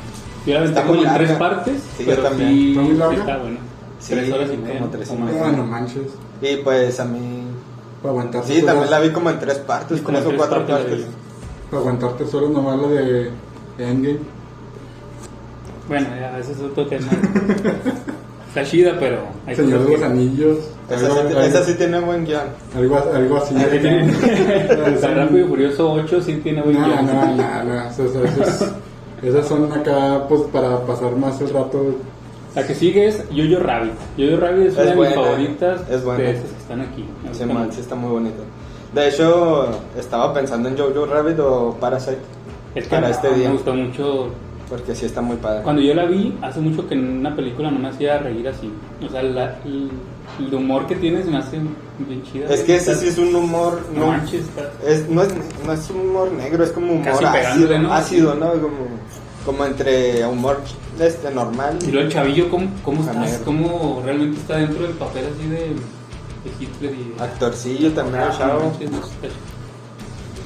B: Yo la aventé
A: Está muy
B: como en
A: larga.
B: tres partes,
A: Sí, yo
B: pero
A: también.
B: sí,
C: ¿Está muy
B: sí
C: larga?
B: está buena.
A: Sí,
B: tres horas y
A: como
B: media.
A: tres y
B: o más.
A: media.
C: Ah, no manches,
A: Y pues a mí.
C: para aguantar
A: Sí, también la vi como en tres partes,
B: Y como
A: tres o
B: tres
A: cuatro
B: partes la
A: partes.
B: vi.
C: Para aguantar tesoros nomás lo de Endgame.
B: Bueno, ya, ese es otro tema. está chida, pero... hay
C: Señor
B: cosas
C: de los
B: que-
C: Anillos.
A: Esa sí,
C: algo,
A: esa sí tiene buen guión.
C: algo, algo así.
B: Ah, que tiene- O sea, Rápido y Furioso 8 sí tiene buen
C: No,
B: guión.
C: no, no, no. eso- eso- eso es- esas son acá pues para pasar más el rato.
B: La que sigue es Yoyo Rabbit. Yoyo Rabbit
A: Es
B: es, una de mis
A: buena,
B: favoritas
A: es buena.
B: de esas que están aquí. Me
A: Sí,
B: gusta
A: man,
B: mucho.
A: sí está muy bonito. De hecho, estaba pensando en Jojo Rabbit o Parasite
B: Es que
A: para
B: me-
A: este día,
B: me gustó mucho.
A: porque sí está muy padre.
B: Cuando yo la vi, hace mucho que en una película no me hacía reír así. O sea, la- el, el humor que tienes me hace bien chida.
A: Es que ese sí es un humor,
B: No
A: no,
B: manches, está-
A: es, no, es, no es un humor negro, es como humor
B: Casi
A: ácido,
B: pegándole, ¿no?
A: ácido, ¿no? Como, como entre humor este, normal.
B: Y luego el chavillo, ¿cómo, cómo
A: También.
B: estás? ¿Cómo realmente está dentro del papel así de, de Hitler y...
A: Actorcillo también,
B: Ah,
A: el chavo.
B: no manches, no está chido.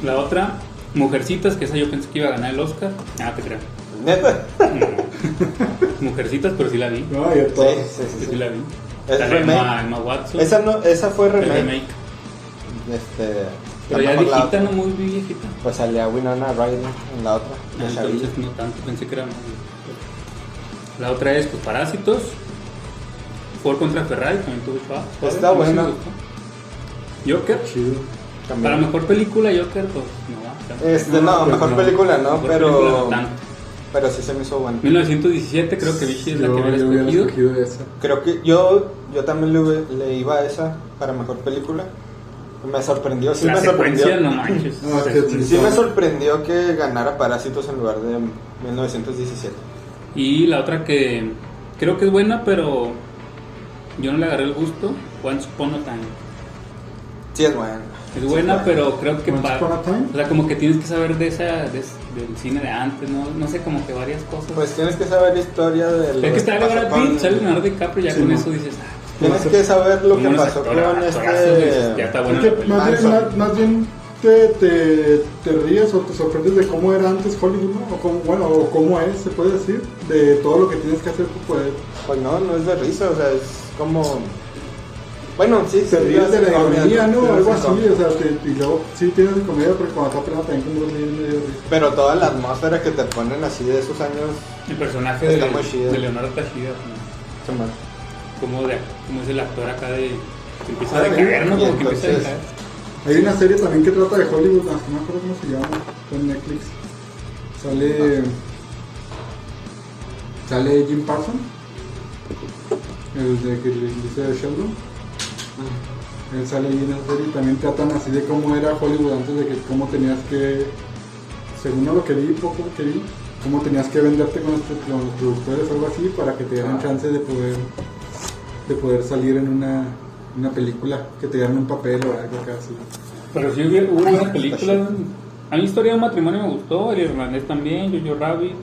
B: La otra, Mujercitas, que esa yo pensé que iba a ganar el Oscar. Ah, te creo.
A: Neta.
B: No. Mujercitas, pero sí la vi.
C: No, y
A: Sí,
C: entonces.
A: sí, sí,
B: Sí,
A: sí.
B: sí la vi.
A: Es
B: Sale
A: remake.
B: Emma, Emma Watson.
A: Esa, no, esa fue
B: el
A: remake.
B: remake.
A: Este, a
B: Pero
A: lo
B: ya
A: mejor la
B: viejita,
A: otra.
B: no muy viejita.
A: Pues salía Winona Ryder en la otra.
B: Ah,
A: de chavilla.
B: Entonces no tanto, pensé que era más. La otra es pues, Parásitos. Ford contra Ferrari, también tuvo chava.
A: Está
B: A ver,
A: buena.
B: a mí sí me gustó. Joker.
C: Chido.
A: También.
B: Para mejor película, Joker, pues no va. está bien.
A: Este,
C: No,
A: no,
C: pues
A: mejor
C: no.
A: película no,
B: Mejor
A: pero.
B: película no tanto.
A: pero sí se me hizo bueno.
B: 1917 creo que Vichy es la que
C: Yo-
B: hubiera
C: yo
B: escogido.
C: esa.
A: Creo que yo, yo también le, hube- le iba a esa para mejor película. Me sorprendió, sí
B: la
A: me sorprendió.
B: secuencia, no manches.
C: No, es
B: Se
C: que
B: escucha.
A: Sí me sorprendió que ganara Parásitos en lugar de 1917.
B: Y la otra que creo que es buena, pero yo no le agarré el gusto, Once Upon a Time.
A: Sí, es buena.
B: Es buena,
A: Sí,
B: pero creo que
C: Once
B: para...
C: Upon a Time.
B: O sea, como que tienes que saber de esa de- del cine de antes, ¿no? No sé, como que varias cosas.
A: Pues tienes que saber la historia de lo
B: es que está
A: pasó
B: Brad
A: con-
B: Pitt, sale Leonardo DiCaprio, ya
C: Sí,
B: con
C: no.
B: eso dices... Ah,
A: Tienes que saber lo que
B: unos
A: pasó
B: actora-
A: con
B: actorazos, dices, Ah, Ya está Ah,
A: este.
B: buena la
C: Es que
B: película.
C: más, bien,
A: Manson.
C: más, más bien te, te, te ríes o te sorprendes de cómo era antes Hollywood, ¿no? O cómo, bueno, o cómo es, se puede decir, de todo lo que tienes que hacer para poder.
A: Pues no, no es de risa, o sea, es como. Bueno, sí,
C: Te
A: sí,
C: ríes de la
A: sí,
C: economía,
A: sí,
C: ¿no? Algo
A: sí,
C: así,
A: sí.
C: o sea, te- y luego sí tienes comedia, pero cuando está peleando también como ríes medio risa.
A: Pero toda la atmósfera que te ponen así de esos años,
B: El personaje
A: Está
B: de,
A: muy chido.
B: de Leonardo pues. Tajida, ¿no?
A: se me-
B: como, de, como es el actor acá de... Que empieza a
A: Ah,
B: decaer, ¿no?
A: y
B: Como que empieza a
A: entonces-
B: decaer.
C: Hay una serie también que trata de Hollywood, no no me acuerdo cómo se llama, está en Netflix. Sale. Sale Jim Parsons, el de que le dice Sheldon. Él sale ahí en esa serie y también tratan así de cómo era Hollywood antes de que cómo tenías que, según lo que vi, poco que vi, cómo tenías que venderte con los, pro- con los productores o algo así para que te dieran
A: Ah.
C: chance de poder, de poder salir en una, una película, que te dieran un papel o algo así.
B: Pero sí hubo hubo
A: Ah,
B: buenas películas. A mí Historia de un matrimonio me gustó, El Irlandés también, Jojo Rabbit,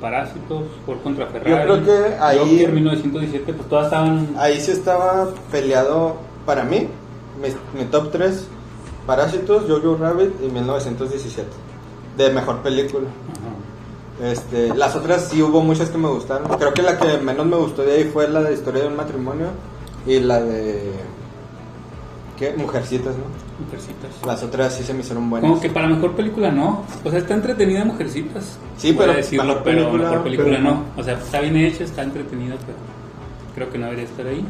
B: Parásitos, Por contra Ferrari.
A: Yo creo que ahí- Ah.
B: Joker 1917, pues todas estaban...
A: Ahí sí estaba peleado para mí, mi, mi top 3, Parásitos, Jojo Rabbit y 1917, de mejor película.
B: Ajá.
A: Este, las otras sí hubo muchas que me gustaron. Creo que la que menos me gustó de ahí fue la de Historia de un matrimonio y la de... ¿Qué? Mujercitas, ¿no?
B: Mujercitas.
A: Las otras sí se me hicieron buenas.
B: Como que para mejor película no. O sea, está entretenida Mujercitas.
A: Sí,
B: Voy a
A: pero
B: decirlo,
A: mejor
B: pero
A: película-
B: mejor película
C: pero
B: no. O sea, está bien hecha, está entretenida, pero creo que no debería estar ahí.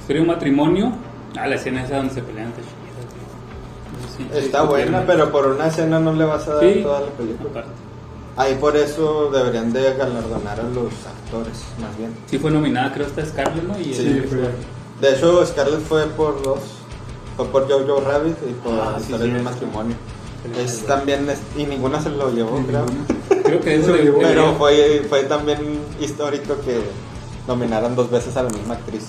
B: Historia de un matrimonio, ah, la escena esa donde se pelean. está chida, güey.
A: Está buena, pero por una escena no le vas a dar
B: Sí,
A: toda la película.
B: aparte.
A: Ahí por eso deberían de galardonar a los actores, más bien.
B: Sí fue nominada, creo, hasta Scarlett, ¿no? Y
A: Sí,
B: eh,
C: fue.
A: De hecho, Scarlett fue por dos. Fue por Jojo Rabbit y por
B: Ah,
A: la
B: sí,
A: Historia de un
B: cierto.
A: matrimonio.
B: Sí,
A: Es
B: sí.
A: también es- y ninguna se lo llevó, creo.
B: Creo creo que es
C: Se lo llevó.
A: Pero fue, fue también histórico que nominaran dos veces a la misma actriz.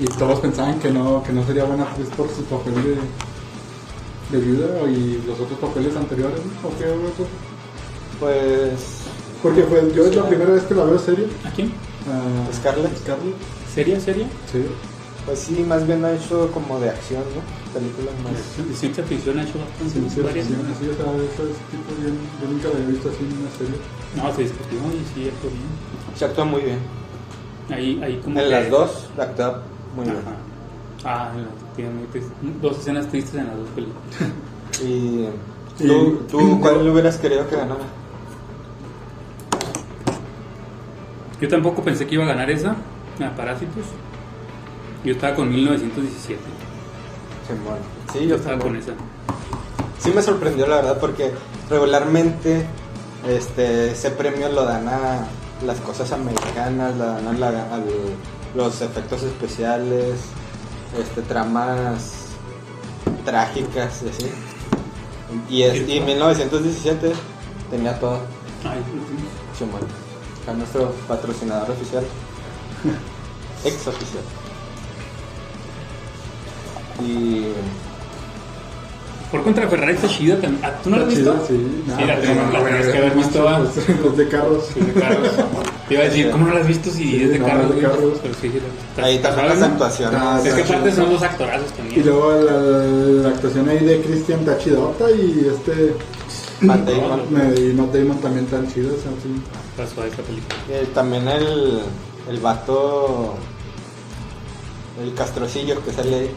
C: Y todos pensaban que no, que no sería buena actriz por su papel de, de viuda y los otros papeles anteriores, ¿no? ¿O qué otro?
A: Pues.
C: Porque fue, yo es la primera vez que la veo seria.
B: ¿A quién?
C: Ah,
A: Scarlett.
C: Scarlett, Ah,
B: ¿Seria, seria?
C: sí.
A: Pues sí, más bien ha hecho como de acción, ¿no? Películas más.
B: De ciencia ficción ha hecho bastante.
C: Sí, sí,
B: varias.
C: sí, sí, o sea, de esos tipos bien- yo nunca la había visto así en una serie.
B: No, se discutió y sí, actuó bien.
A: Se actúa muy bien.
B: Ahí, ahí como.
A: En
B: que-
A: las dos actúa muy bien.
B: Ajá. Ah, la- tiene muy triste. dos escenas tristes en las dos películas.
A: Y.
C: Y-
A: ¿Tú, tú cuál hubieras querido que ganara?
B: Yo tampoco pensé que iba a ganar esa, la Parásitos. Yo estaba con 1917.
A: Simón. Sí, yo
B: estaba
A: también.
B: con esa.
A: Sí me sorprendió la verdad porque regularmente este ese premio lo dan a las cosas americanas, la dan a, la- a los efectos especiales, este tramas trágicas y así. Y, es- y 1917 tenía todo.
B: Ay, no tienes.
A: Simón. A nuestro patrocinador oficial. Ex oficial. Y
B: Por contra, Ferrari está chida también. Ah, ¿Tú no la has
C: Chida,
B: visto?
C: Sí,
B: Sí, la tengo, la tenías que haber visto, va.
C: Los, los de carros.
B: Es de carros. Te iba a decir, ¿cómo no la has visto si
C: Sí,
B: es de
C: no,
B: carros?
C: es de
B: güey?
C: carros.
B: Pero sí, sí, la-
A: ahí
B: está-
A: también las
B: está padre, ¿no?
A: actuaciones.
C: Ah,
B: Es que
C: Está
B: aparte
C: chido.
B: son los actorazos
C: Y
B: también.
C: luego la, la actuación ahí de Christian Tachidota y este.
A: Matt
B: Ah,
A: Damon.
C: me- Y Matt Damon también tan chidos, así.
B: Pasó a esta película.
A: Eh, también el, el vato, el castrocillo que sale ahí.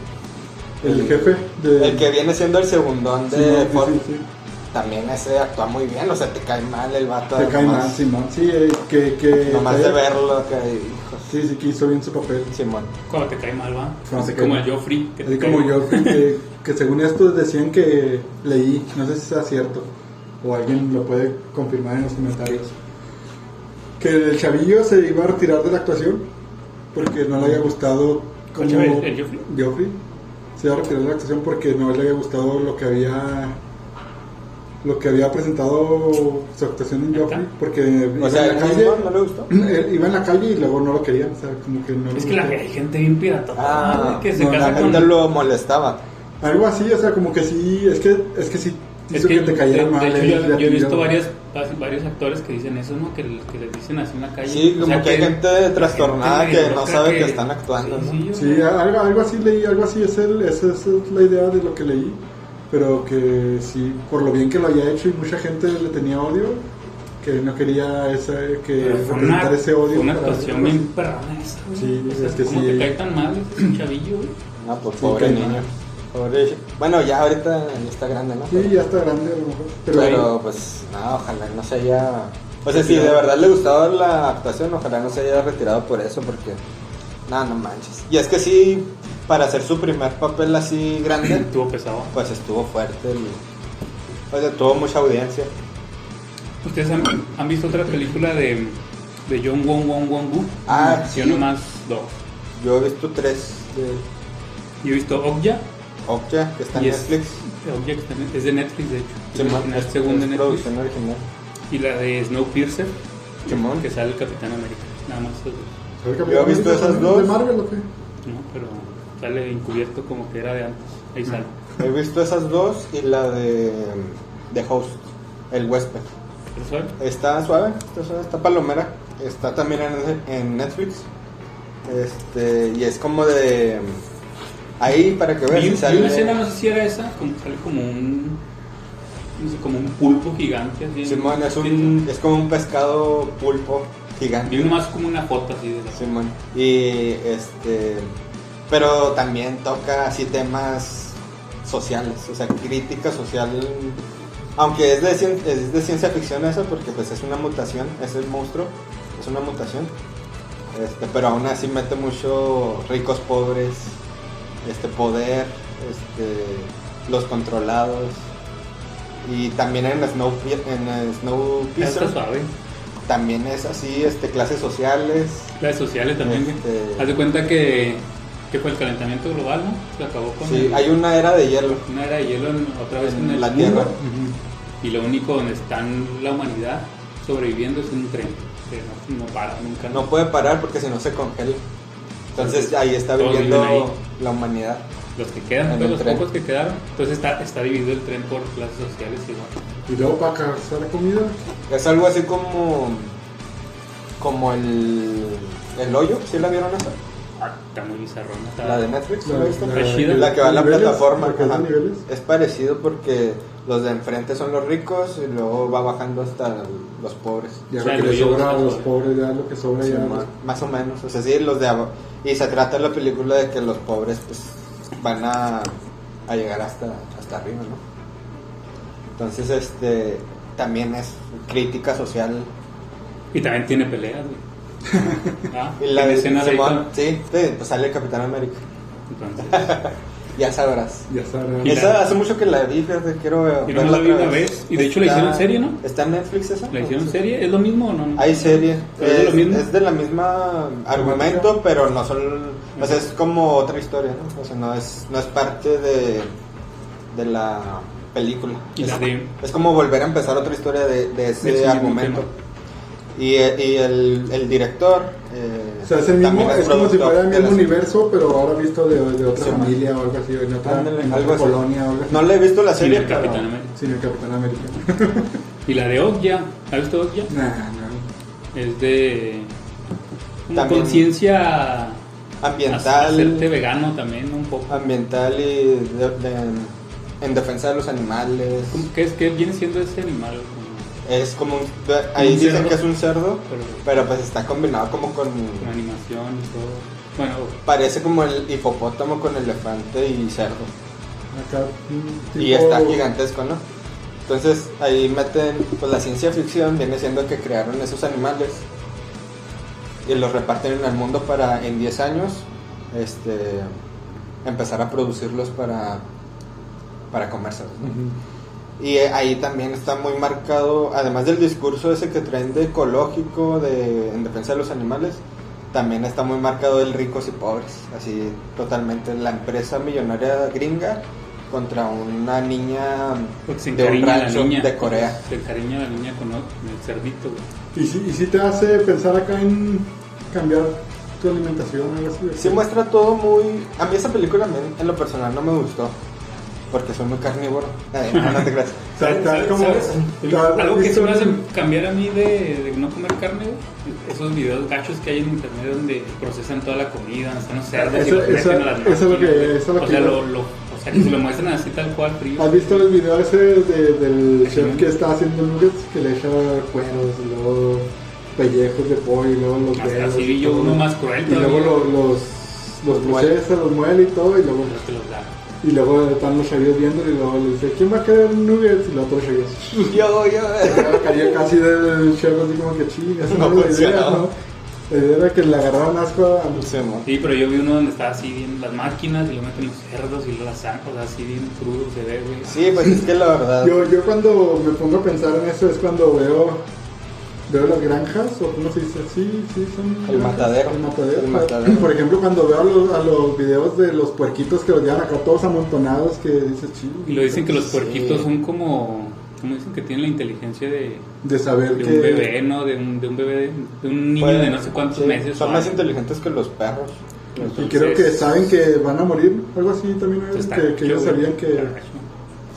C: El jefe de.
A: El que viene siendo el segundón
C: Sí,
A: de
C: sí,
A: Ford.
C: sí, sí.
A: También ese actúa muy bien, o sea, te cae mal el vato.
C: Te cae
A: nomás-
C: mal, Simón. Sí, eh, que. que
A: Nomás
C: que-
A: de verlo, que hijo,
C: Sí, sí, que hizo bien su papel.
A: Simón.
B: Cuando te cae mal, va.
C: Cuando
B: Así
C: te
B: como
C: cae
B: el Joffrey. que te
C: Así
B: cae
C: como
B: mal.
C: yo, que, que según estos decían que leí, no sé si sea cierto, o alguien lo puede confirmar en los comentarios, que el chavillo se iba a retirar de la actuación porque no le había gustado
B: ¿Cuál
C: como
B: chavillo? ¿El Joffrey?
C: Joffrey se iba a retirar de la actuación porque no le había gustado lo que había lo que había presentado su actuación en Joffrey porque iba
A: O sea,
C: en
A: el
C: la calle
A: mismo no le gustó.
C: él iba en la calle y luego no lo querían, o sea, como que no le
B: Es que la,
C: gustó.
B: hay gente bien pirata.
A: Ah,
B: que se
C: no, la
B: casa
A: la
B: con.
A: gente lo molestaba.
C: Algo así, o sea, como que sí, es que, es que sí
B: Es
C: hizo que, te cayera
B: de- de
C: mal. eh,
B: hecho,
C: el
B: yo- yo, he
C: gatillo.
B: visto varias, vas- varios actores que dicen eso, ¿no? Que, que les dicen así en la calle.
A: Sí, como que hay gente trastornada
B: gente
A: que no
B: loca
A: sabe que están actuando,
B: Sí,
A: ¿no?
B: sí, yo-
C: Sí, algo, algo así leí, algo así, es el, esa es la idea de lo que leí, pero que sí, por lo bien que lo había hecho y mucha gente le tenía odio, que no quería esa, que
B: Pero fue una,
C: representar ese odio.
B: fue una
C: para
B: actuación
C: otros.
B: bien perrona esa, güey.
C: Sí,
B: O sea,
C: es que
B: ¿cómo
C: sí.
B: te cae tan mal ese chavillo, güey?
A: No, pues
C: Sí,
A: pobre
C: cae mal.
A: niño. Pobre- Bueno, ya ahorita ya está grande, ¿no?
C: Sí, ya está grande a lo mejor, pero,
A: Pero, pues, no, ojalá no se haya. O sea, si de verdad le gustaba la actuación, ojalá no se haya retirado por eso, porque. No, no manches. Y es que sí, para hacer su primer papel así grande,
B: Estuvo pesado.
A: pues estuvo fuerte. el- O sea, tuvo mucha audiencia.
B: ¿Ustedes han, han visto otra película de, de John Wong Wong Wong Wu?
A: Ah,
B: Yo
A: sí.
B: nomás dos.
A: Yo he visto tres de
B: Yo he visto Okja.
A: Okja, que está en
B: Y es-
A: Netflix.
B: Okja que está en- es de Netflix, de hecho.
A: Simón,
B: es segunda en Netflix.
A: producción original.
B: Y la de Snowpiercer,
A: Simón.
B: que sale el Capitán América. Nada más esos dos,
C: ¿Soy
A: Yo he visto esas
C: ¿De
A: dos.
C: Marvel o qué?
B: ¿no? Pero sale encubierto como que era de antes. Ahí
A: Mm.
B: sale.
A: He visto esas dos y la de. de Host, el huésped.
B: ¿Pero sabe?
A: Está suave, está suave, está palomera. Está también en, en Netflix. Este, y es como de. Ahí para que veas
B: Y,
A: si
B: un- y una escena, no
A: sale.
B: sé si era esa, como, sale como un. No sé, como un pulpo gigante. Así,
A: Simón es un.
B: Sí,
A: Es como un pescado pulpo gigante.
B: Vi nomás como una foto así de la.
A: Simón. Y este. Pero también toca así temas sociales, o sea, crítica social. Aunque es de, cien- es de ciencia ficción eso, porque pues es una mutación, es el monstruo, es una mutación. Este, pero aún así mete mucho ricos, pobres, este poder, este, los controlados. Y también en Snow, en
B: Ah,
A: Snowpiercer
B: Está suave.
A: también es así, este, clases sociales,
B: Las sociales también. güey.
A: Este-
B: Haz de cuenta que, que fue el calentamiento global, ¿no? Se acabó con
A: Sí,
B: el-
A: hay una era de hielo
B: una era de hielo en- otra vez en,
A: en
B: el
A: la
B: mundo.
A: Tierra.
B: Ujú. Y lo único donde está la humanidad sobreviviendo es un tren que no, no para nunca.
A: No puede parar porque si no se congela. Entonces
B: Entonces,
A: ahí está
B: todos viven
A: viviendo
B: ahí.
A: la humanidad.
B: Los que
A: En
B: quedan, pues,
A: el
B: los
A: tren.
B: pocos que quedaron. Entonces está, está dividido el tren por clases sociales igual.
C: Y luego para cazar la comida,
A: Es algo así como. como el. el hoyo, ¿sí la vieron esa?
B: Ah, está muy bizarrón. Está,
A: La de Netflix, ¿sí
C: La-
A: la viste?
C: la-
A: La,
B: la
A: que va a la
C: niveles,
A: plataforma.
C: la que
A: ajá.
C: da niveles.
A: Es parecido porque los de enfrente son los ricos y luego va bajando hasta los pobres.
C: Ya
B: O sea,
C: lo que
B: lo
C: les sobra a
B: llevas a
C: los
B: sobre.
C: pobres, ya lo que sobra
A: Sí,
C: ya.
A: ma- más o menos, o sea, sí, los de abajo. Y se trata la película de que los pobres pues, van a, a llegar hasta, hasta arriba, ¿no? Entonces, este, también es crítica social.
B: Y también tiene peleas, güey. Ah,
A: Y la
B: tiene
A: de
B: escenas ahí
A: Simón,
B: con-
A: sí, sí, pues sale el Capitán América,
B: Entonces,
A: ya sabrás.
C: Ya sabrá.
B: Y la-
A: Esa hace mucho que la vi, fíjate, quiero ver-
B: Y no
A: verla
B: la vi
A: otra
B: una vez, y de hecho la
A: Está-
B: hicieron serie, ¿no?
A: ¿Está en Netflix esa?
B: ¿la hicieron serie? ¿Es lo mismo o no?
A: Hay serie.
B: ¿Pero es de lo mismo?
A: es de la misma argumento, pero no son. O sea, es como otra historia, ¿no? O sea, no es, no es parte de, de la película.
B: Y
A: es,
B: la de-
A: es como volver a empezar otra historia de, de
B: Del
A: ese
B: mismo
A: argumento.
B: tema.
A: Y, eh, y el, el director. eh,
C: O sea, es el mismo,
A: también
C: es como si
A: productor
C: fuera el
A: de
C: mismo
A: la-
C: universo, pero ahora visto de, de otra
A: Sí, ma.
C: familia o algo así, en otra,
A: Ándale,
C: en
A: algo
C: otra
A: así.
C: colonia o algo así.
A: No le he visto la
B: Sin
A: serie,
B: el
A: pero-
B: Capitán América.
C: Sin el Capitán América.
B: Y la de Okja, ¿has visto Okja?
C: nah, no.
B: Es de una
A: También-
B: conciencia
A: ambiental. Ah.
B: hacerte vegano también un poco.
A: Ambiental y de- de- en defensa de los animales.
B: ¿Cómo- ¿Qué, es, ¿Qué viene siendo ese animal? Como-
A: Es como un, ahí
B: Un
A: dicen
B: cerdo.
A: que es un cerdo,
B: Pero-
A: pero, pues está combinado como con
B: Con animación y todo. Bueno,
A: parece como el hipopótamo con elefante y cerdo
C: Acá. mm,
A: y
C: tipo-
A: está gigantesco, ¿no? Entonces ahí meten pues la ciencia ficción viene siendo que crearon esos animales y los reparten en el mundo para en 10 años este empezar a producirlos para para comérselos, ¿no?
C: Ujú.
A: Y eh, ahí también está muy marcado, además del discurso ese que traen de ecológico, de, en defensa de los animales, también está muy marcado el ricos y pobres, así totalmente la empresa millonaria gringa contra una niña
B: pues se
A: de un
B: encariña la
A: rancho
B: niña.
A: de Corea.
B: Se encariña la niña con con el cerdito. güey.
C: ¿Y si, y si te hace pensar acá en cambiar tu alimentación o algo así.
A: Sí muestra todo muy... A mí esa película me- en lo personal no me gustó, porque soy muy carnívoro. Eh, no, no te creas.
C: O sea, está
B: ¿Sabes-
C: como-
B: sabes?
C: está-
B: Algo que se me hace
C: visto-
B: cambiar a mí de, de no comer carne, güey, esos videos gachos que hay en internet donde procesan toda la comida, donde están los cerdos y
C: Eso-
B: los
C: eso-
B: meten a las
C: eso es lo
B: máquinas,
C: que-
B: güey.
C: eso es lo
B: o
C: que
B: sea,
C: yo-
B: lo- lo- o sea, que se lo muestran así tal cual frío.
C: ¿Has visto el video ese de- del
B: Sí.
C: chef que está haciendo nuggets que le echa cueros y luego pellejos de pollo y luego los
B: Hasta
C: dedos?
B: así
C: y
B: vi yo
C: todo?
B: uno más cruel
C: Y luego
B: todavía.
C: los, los, los
A: Muele.
C: procesa, los muele y todo y luego,
B: Los que los da.
C: y luego están los chavillos viendo y luego le dice ¿Quién va a querer nuggets? Y los otros chavillos
A: Yo, yo...
C: caía casi del chef así como que chingas
A: No funcionaba.
C: ¿no? La idea era que le agarraran asco a
A: Sí, mo.
B: Sí, pero yo vi uno donde estaba así bien las máquinas y lo meten los cerdos y lo las sacas, o sea, así bien crudo se ve, güey.
A: Sí, pues es que la verdad...
C: Yo, yo cuando me pongo a pensar en eso es cuando veo veo las granjas o cómo se dice sí sí son
A: El
C: granjas,
A: matadero.
C: el matadero.
A: El matadero.
C: por ejemplo cuando veo a los, a los videos de los puerquitos que los llevan acá todos amontonados que dices chido
B: Y lo dicen que los puerquitos
A: Sí.
B: son como, ¿cómo dicen? Que tienen la inteligencia de,
C: de saber
B: de
C: que
B: un bebé, ¿no? De un, de un bebé, de un niño de no sé cuántos
A: Sí,
B: meses.
A: Son
B: o
A: más
B: algo.
A: inteligentes que los perros.
C: y creo que
B: Entonces-
C: saben que van a morir algo así también
B: Entonces, está
C: que, que ellos
B: gacho,
C: sabían que
B: está gacho.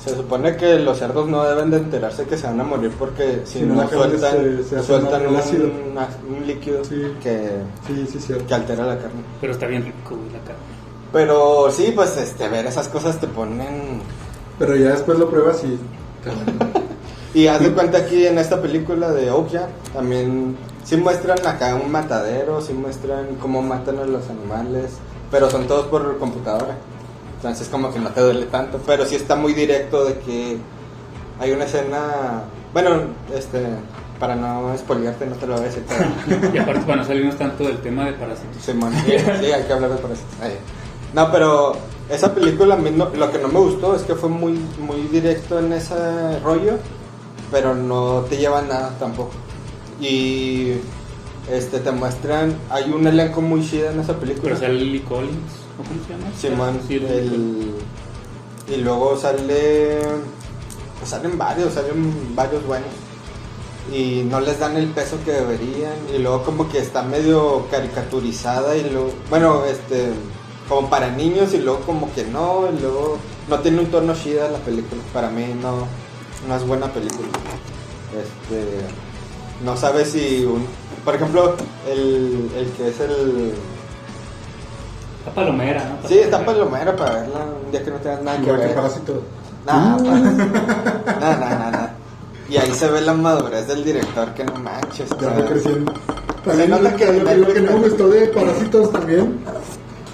A: Se supone que los cerdos no deben de enterarse que se van a morir porque si,
C: Si no,
A: no,
C: la carne
A: sueltan,
C: se- se hace
A: sueltan
C: mal,
A: un,
C: el ácido.
A: un- un líquido
C: Sí.
A: que,
C: sí sí cierto
A: que altera la carne.
B: Pero está bien rico, güey, la carne.
A: Pero sí, pues este, ver esas cosas te ponen...
C: pero ya después lo pruebas y
A: Y haz de cuenta aquí en esta película de Okja, también sí muestran acá un matadero, sí muestran cómo matan a los animales, pero son todos por computadora. Entonces como que no te duele tanto, pero sí está muy directo de que hay una escena, bueno, este, para no espoliarte no te lo voy a decir, pero
B: Y aparte, para no salirnos tanto del tema de parásitos.
A: Simón, sí, sí, hay que hablar de por eso. Ahí. No, pero esa película a mí no- lo que no me gustó es que fue muy, muy directo en ese rollo, pero no te lleva a nada tampoco. Y este te muestran, hay un elenco muy chido en esa película.
B: Pero sale Lily Collins, ¿o cómo se llama?
A: Simón,
B: Sí, Lily Collins.
A: el- y luego sale, pues salen varios, salen varios buenos. y no les dan el peso que deberían y luego como que está medio caricaturizada y luego bueno este como para niños y luego como que no y luego no tiene un tono chida la película para mí no no es buena película este no sabe si un por ejemplo el, el que es el
B: Está palomera, ¿no?
A: sí está palomera para verla un día que no tengas nada Ah, que
C: Igual que
A: ver
C: Parásito. Mm.
A: Nah, pues. nah, nah, nah, nah. Y ahí se ve la madurez del director, que no manches. o
C: Ya
A: sea,
C: fue creciendo. También
A: nota
C: lo
A: que
C: que, lo que- lo que no me
A: Netflix-
C: gustó de Parásitos también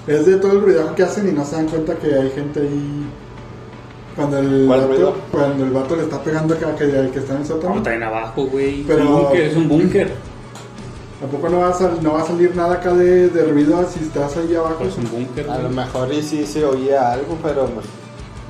C: es de todo el ruidajo que hacen y no se dan cuenta que hay gente ahí. Cuando el,
A: ¿Cuál
C: vato,
A: ruido?
C: cuando el vato le está pegando acá que, que está en
B: No,
C: el sótano,
B: está en abajo, güey.
C: Pero-
B: Un búnker, es un búnker.
C: tampoco no va a, sal- no va a salir nada acá de, de ruido si estás ahí abajo.
B: Pues es un búnker.
A: a lo
B: güey.
A: mejor y sí se oía algo, pero pues,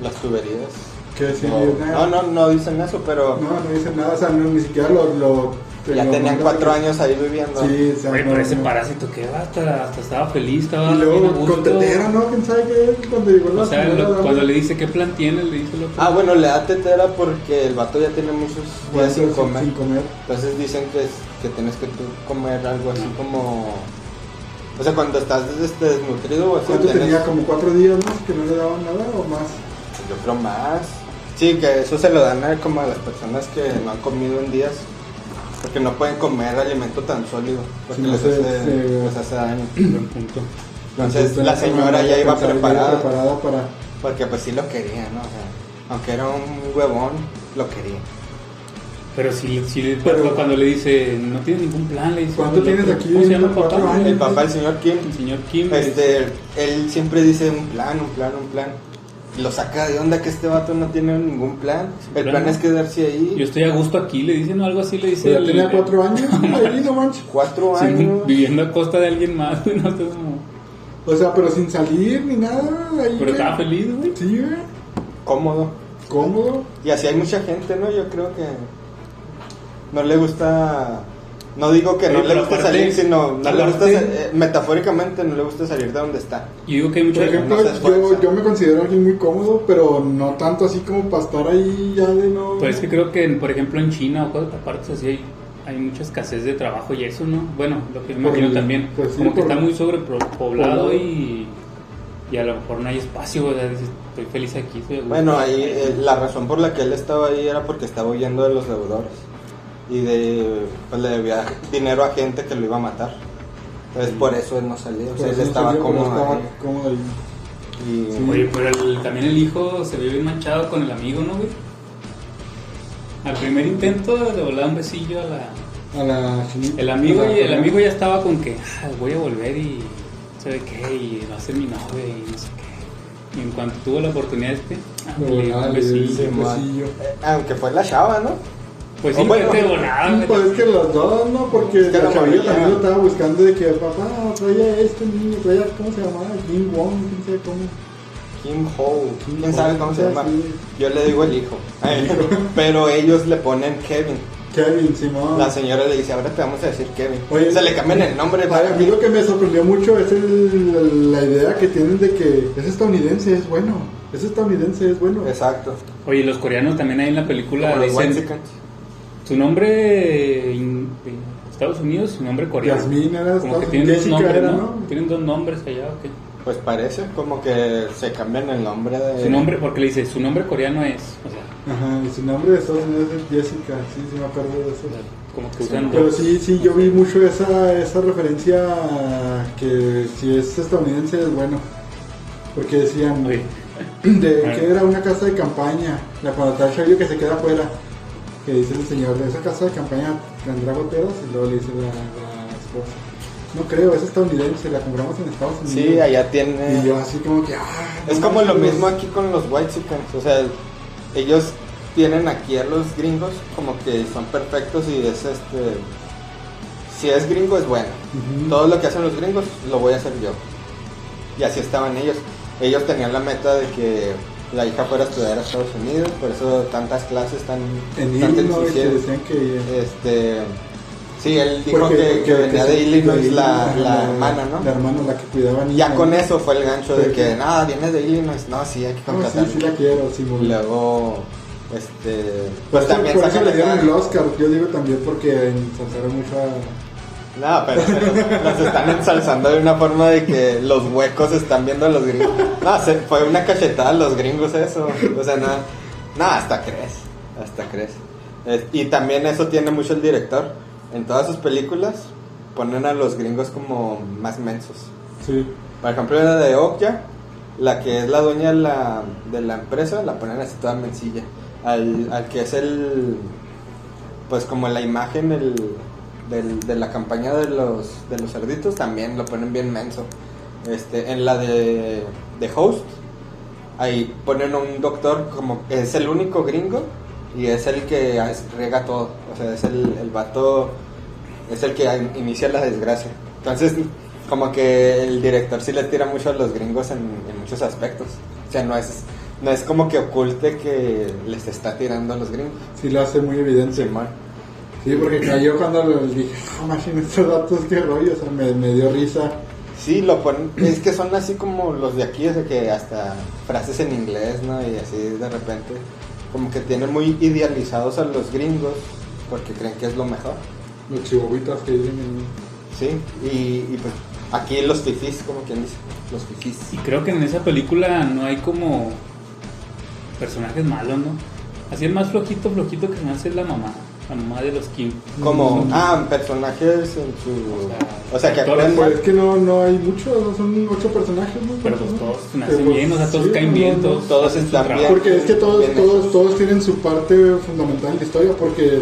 A: las tuberías.
C: Que si
A: no, no, no, no dicen eso, pero
C: No, no dicen nada, o sea, no, ni siquiera lo. lo- te
A: ya
C: lo
A: tenían
C: mandan
A: cuatro
C: a-
A: años ahí viviendo.
C: Sí, o sea,
B: Güey,
C: no,
B: pero ese
C: no.
B: parásito que va, hasta, hasta estaba feliz, estaba
C: Y
B: bien a
C: luego
B: gusto.
C: con tetera, ¿no? ¿Quién sabe qué? Cuando llegó la
B: O sea,
C: primera
B: lo-
C: dama.
B: cuando le dice qué plan tiene, le dice lo
A: Ah, bueno, le da tetera porque el vato ya tiene muchos
C: Bueno,
A: días sin comer.
C: Sin comer.
A: Entonces dicen que, es- que tienes que tú comer algo así como... O sea, cuando estás este, desnutrido o así,
C: ¿Cuánto
A: tienes-
C: tenía? Como cuatro días, ¿no? Que no le daban nada o más.
A: Yo creo más. Sí, que eso se lo dan a, como a las personas que no han comido en días. Porque no pueden comer alimento tan sólido. Porque
C: Sí, no
A: les,
C: sé,
A: hace,
C: sí.
A: les hace daño.
B: Buen punto.
A: Entonces
C: Entonces,
A: la señora ya iba
C: pensaba,
A: preparada.
C: preparada para.
A: Porque pues sí lo quería, ¿no? O sea, aunque era un huevón, lo quería.
B: Pero si, si
C: Pero-
B: cuando le dice, no tienes ningún plan, le dice.
C: ¿Cuánto
B: "Oye,
C: tienes aquí?
B: ¿Cómo se llama el
C: ¿Cuatro
B: papá?
C: años?
A: El papá del señor Kim,
B: El señor Kim. le dice,
A: este, él siempre dice un plan, un plan, un plan. Lo saca de onda que este vato no tiene ningún plan. El
B: plan.
A: plan es quedarse
B: Yo
A: ahí
B: estoy a gusto aquí, le dicen, no, algo así, le dice.
C: Pues ya
B: el-
C: tenía cuatro años, ahí no manches.
A: cuatro
B: Sí,
A: años.
B: viviendo a costa de alguien más, güey, no estás como-
C: O sea, pero sin salir ni nada. Ahí
B: Pero
C: que-
B: estaba feliz, güey.
C: Sí, güey.
A: Cómodo.
C: Cómodo.
A: Y así hay mucha gente, ¿no? Yo creo que no le gusta. No digo que no
B: Oye,
A: le
B: pero
A: gusta
B: aparte-
A: salir, sino no le gusta,
B: aparte-
A: sa- eh, metafóricamente no le gusta salir de donde está.
B: Y digo que hay mucha
C: Por ejemplo,
A: no se esfuerza.
C: yo, yo me considero alguien muy cómodo, pero no tanto así como para estar ahí ya de no.
B: Pues es que creo que, por ejemplo, en China o cosas aparte así hay, hay mucha escasez de trabajo y eso, ¿no? Bueno, lo que me
C: Por
B: imagino
C: el-
B: también.
C: pues sí,
B: como que
C: por-
B: está muy sobrepoblado
C: por-
B: y, y a lo mejor no hay espacio, o sea, dices, estoy feliz aquí. estoy a gusto".
A: Bueno, ahí eh, la razón por la que él estaba ahí era porque estaba huyendo de los deudores y de pues, le debía dinero a gente que lo iba a matar. Entonces por eso él no salía, o sea, él
C: Pero sí,
A: estaba
C: sí, pero
A: cómodo.
C: estaba
A: ahí.
C: cómodo ahí.
A: Y-
C: Sí.
B: Oye, pues, pero el- también el hijo se ve bien manchado con el amigo, ¿no, güey? Al primer intento le volaba un besillo a la...
C: A la chinita.
B: El amigo,
C: A la-
B: y- el amigo ya estaba con que "Ah, voy a volver y sabe qué, y va a ser mi novia y no sé qué. Y en cuanto tuvo la oportunidad este, ah, le
C: De
B: dio
C: volada,
B: un
C: le dio
B: besillo.
C: ese
A: Sí, ma.
C: besillo.
A: eh, aunque fue la chava, ¿no?
B: Pues
A: Oh,
B: sí,
A: bueno.
B: fue de volada,
C: Sí,
B: güey.
C: pues es que las dos, ¿no? Porque
A: Es que
C: la
A: la
C: chavilla
A: mayoría.
C: también lo estaba buscando de que papá traía este niño, traía, ¿cómo se llamaba? King Wong, quién sabe cómo.
A: Kim Ho,
C: Kim
A: quién
C: Ho,
A: sabe cómo se
C: sí,
A: llama.
C: sí.
A: Yo le digo el hijo, pero ellos le ponen Kevin.
C: Kevin, Simón.
A: La señora le dice, ahora te vamos a decir Kevin.
C: Oye,
A: se le cambian el nombre.
C: Ay,
A: para
C: a mí lo que me sorprendió mucho es el- la idea que tienen de que es estadounidense, es bueno. Es estadounidense, es bueno.
A: Exacto.
B: Oye, los coreanos también ahí en la película
A: Como los White
B: dicen
A: Chickens.
B: su nombre in- de Estados Unidos, su nombre coreano.
C: Yasmín era
B: Como que
C: Estados-
B: tienen dos
C: Jessica
B: nombres,
C: era,
B: ¿no?
C: ¿no?
B: Tienen dos nombres allá, ¿o qué?
A: Pues parece como que se cambian el nombre de...
B: Su nombre, porque le dice, su nombre coreano es, o sea,
C: Ajá, y su nombre de Estados Unidos es Jessica, sí, sí me acuerdo de eso.
B: o sea, como que usan
C: Pero
B: dos.
C: sí, sí, yo vi mucho esa, esa referencia a que si es estadounidense es bueno. Porque decían
B: Oye,
C: de
B: Bueno.
C: que era una casa de campaña, la cuando está el chavillo que se queda afuera, que dice el señor, de esa casa de campaña tendrá goteras y luego le dice la, la esposa. No creo, es estadounidense, la compramos en Estados Unidos.
A: Sí, allá
C: Y yo
A: tiene...
C: así como que... ah,
A: Es
C: no
A: como lo
C: manches,
A: mismo aquí con los White Chickens. O sea, ellos tienen aquí a los gringos como que son perfectos y es este... Si es gringo es bueno.
C: Ujú.
A: Todo lo que hacen los gringos lo voy a hacer yo. Y así estaban ellos. Ellos tenían la meta de que la hija fuera a estudiar a Estados Unidos, por eso tantas clases tan...
C: En
A: tanto
C: Illinois que
A: exigieron.
C: decían que...
A: Este. Sí, él dijo
C: porque-
A: que, que
C: porque-
A: venía de
C: que-
A: Illinois
C: de
A: la,
C: Illinois,
A: la hermana,
C: La
A: ¿no?
C: hermana, la que cuidaba niños.
A: Ya con eso fue el gancho de
C: Sí,
A: que,
C: sí.
A: nada, vienes de Illinois. No, sí, hay que
C: No, sí,
A: contratar.
C: sí la quiero, sí,
A: Y
C: muy
A: luego, Este,
C: Por
A: pues
C: eso-
A: también
C: por eso
A: sacan
C: le dieron
A: acá-
C: el Oscar, yo digo también porque ensalzaron mucho a...
A: No, pero se los, los están ensalzando de una forma de que los huecos están viendo a los gringos. No, se, fue una cachetada a los gringos eso. O sea, no, no hasta crees. Hasta crees. Es- y también eso tiene mucho el director. En todas sus películas ponen a los gringos como más mensos.
C: Sí.
A: Por ejemplo, la de Okja, la que es la dueña de la, de la empresa, la ponen así toda mencilla. Al, al que es el. Pues como la imagen el- del- de la campaña de los, de los cerditos, también lo ponen bien menso. Este, en la de, de Host, ahí ponen a un doctor como que es el único gringo y es el que as- riega todo. O sea, es el, el vato, es el que in- inicia la desgracia. Entonces, como que el director sí le tira mucho a los gringos en, en muchos aspectos. O sea, no es, no es como que oculte que les está tirando a los gringos.
C: Sí lo hace muy evidente. Sí, porque cayó cuando lo dije, no, machín, estos datos, qué rollo, o sea, me, me dio risa.
A: Sí, lo ponen, es que son así como los de aquí, o sea, que hasta frases en inglés, ¿no? Y así de repente, como que tienen muy idealizados a los gringos porque creen que es lo mejor.
C: Los chihuahuitas que dicen en-
A: Sí, y, y pues aquí los fifís, como quien dice, los fifís.
B: Y creo que en esa película no hay como personajes malos, ¿no? Así el más flojito, flojito que me hace es la mamá, la mamá de los Kim.
A: Como,
B: Mm.
A: ah, personajes en su... O sea, que
B: actores,
A: actúan
C: Pues
A: mal.
C: es que no, no hay muchos, son ocho personajes, ¿no?
B: Pero pues todos
C: Que,
B: nacen
C: pues,
B: bien, o sea, todos
C: sí,
B: caen
C: no,
B: bien,
C: no,
B: todos,
A: todos
B: hacen su
A: están
B: trabajo.
A: bien.
C: Porque es que todos,
A: Bien
C: todos,
A: hechos.
C: todos tienen su parte fundamental en la historia, porque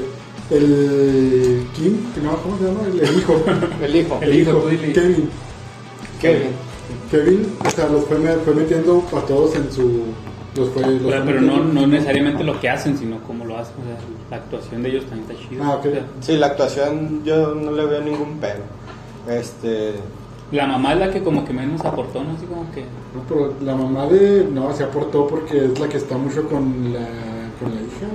C: el Kim, que no, ¿cómo se llama? El, el hijo.
A: El hijo,
B: El hijo, tú dile.
C: Kevin.
A: Kevin.
C: Kevin, o sea, los fue, me- fue metiendo a todos en su... Los fue, los
B: O sea,
C: fue
B: pero
C: metiendo.
B: no, no necesariamente lo que hacen, sino cómo lo hacen. O sea, la actuación de ellos también está chida.
C: Ah, ok.
B: O sea,
A: Sí, la actuación yo no le veo ningún pero. Este...
B: la mamá es la que como que menos aportó, ¿no? Así como que...
C: No, pero la mamá de... No, se aportó porque es la que está mucho con la, con la hija.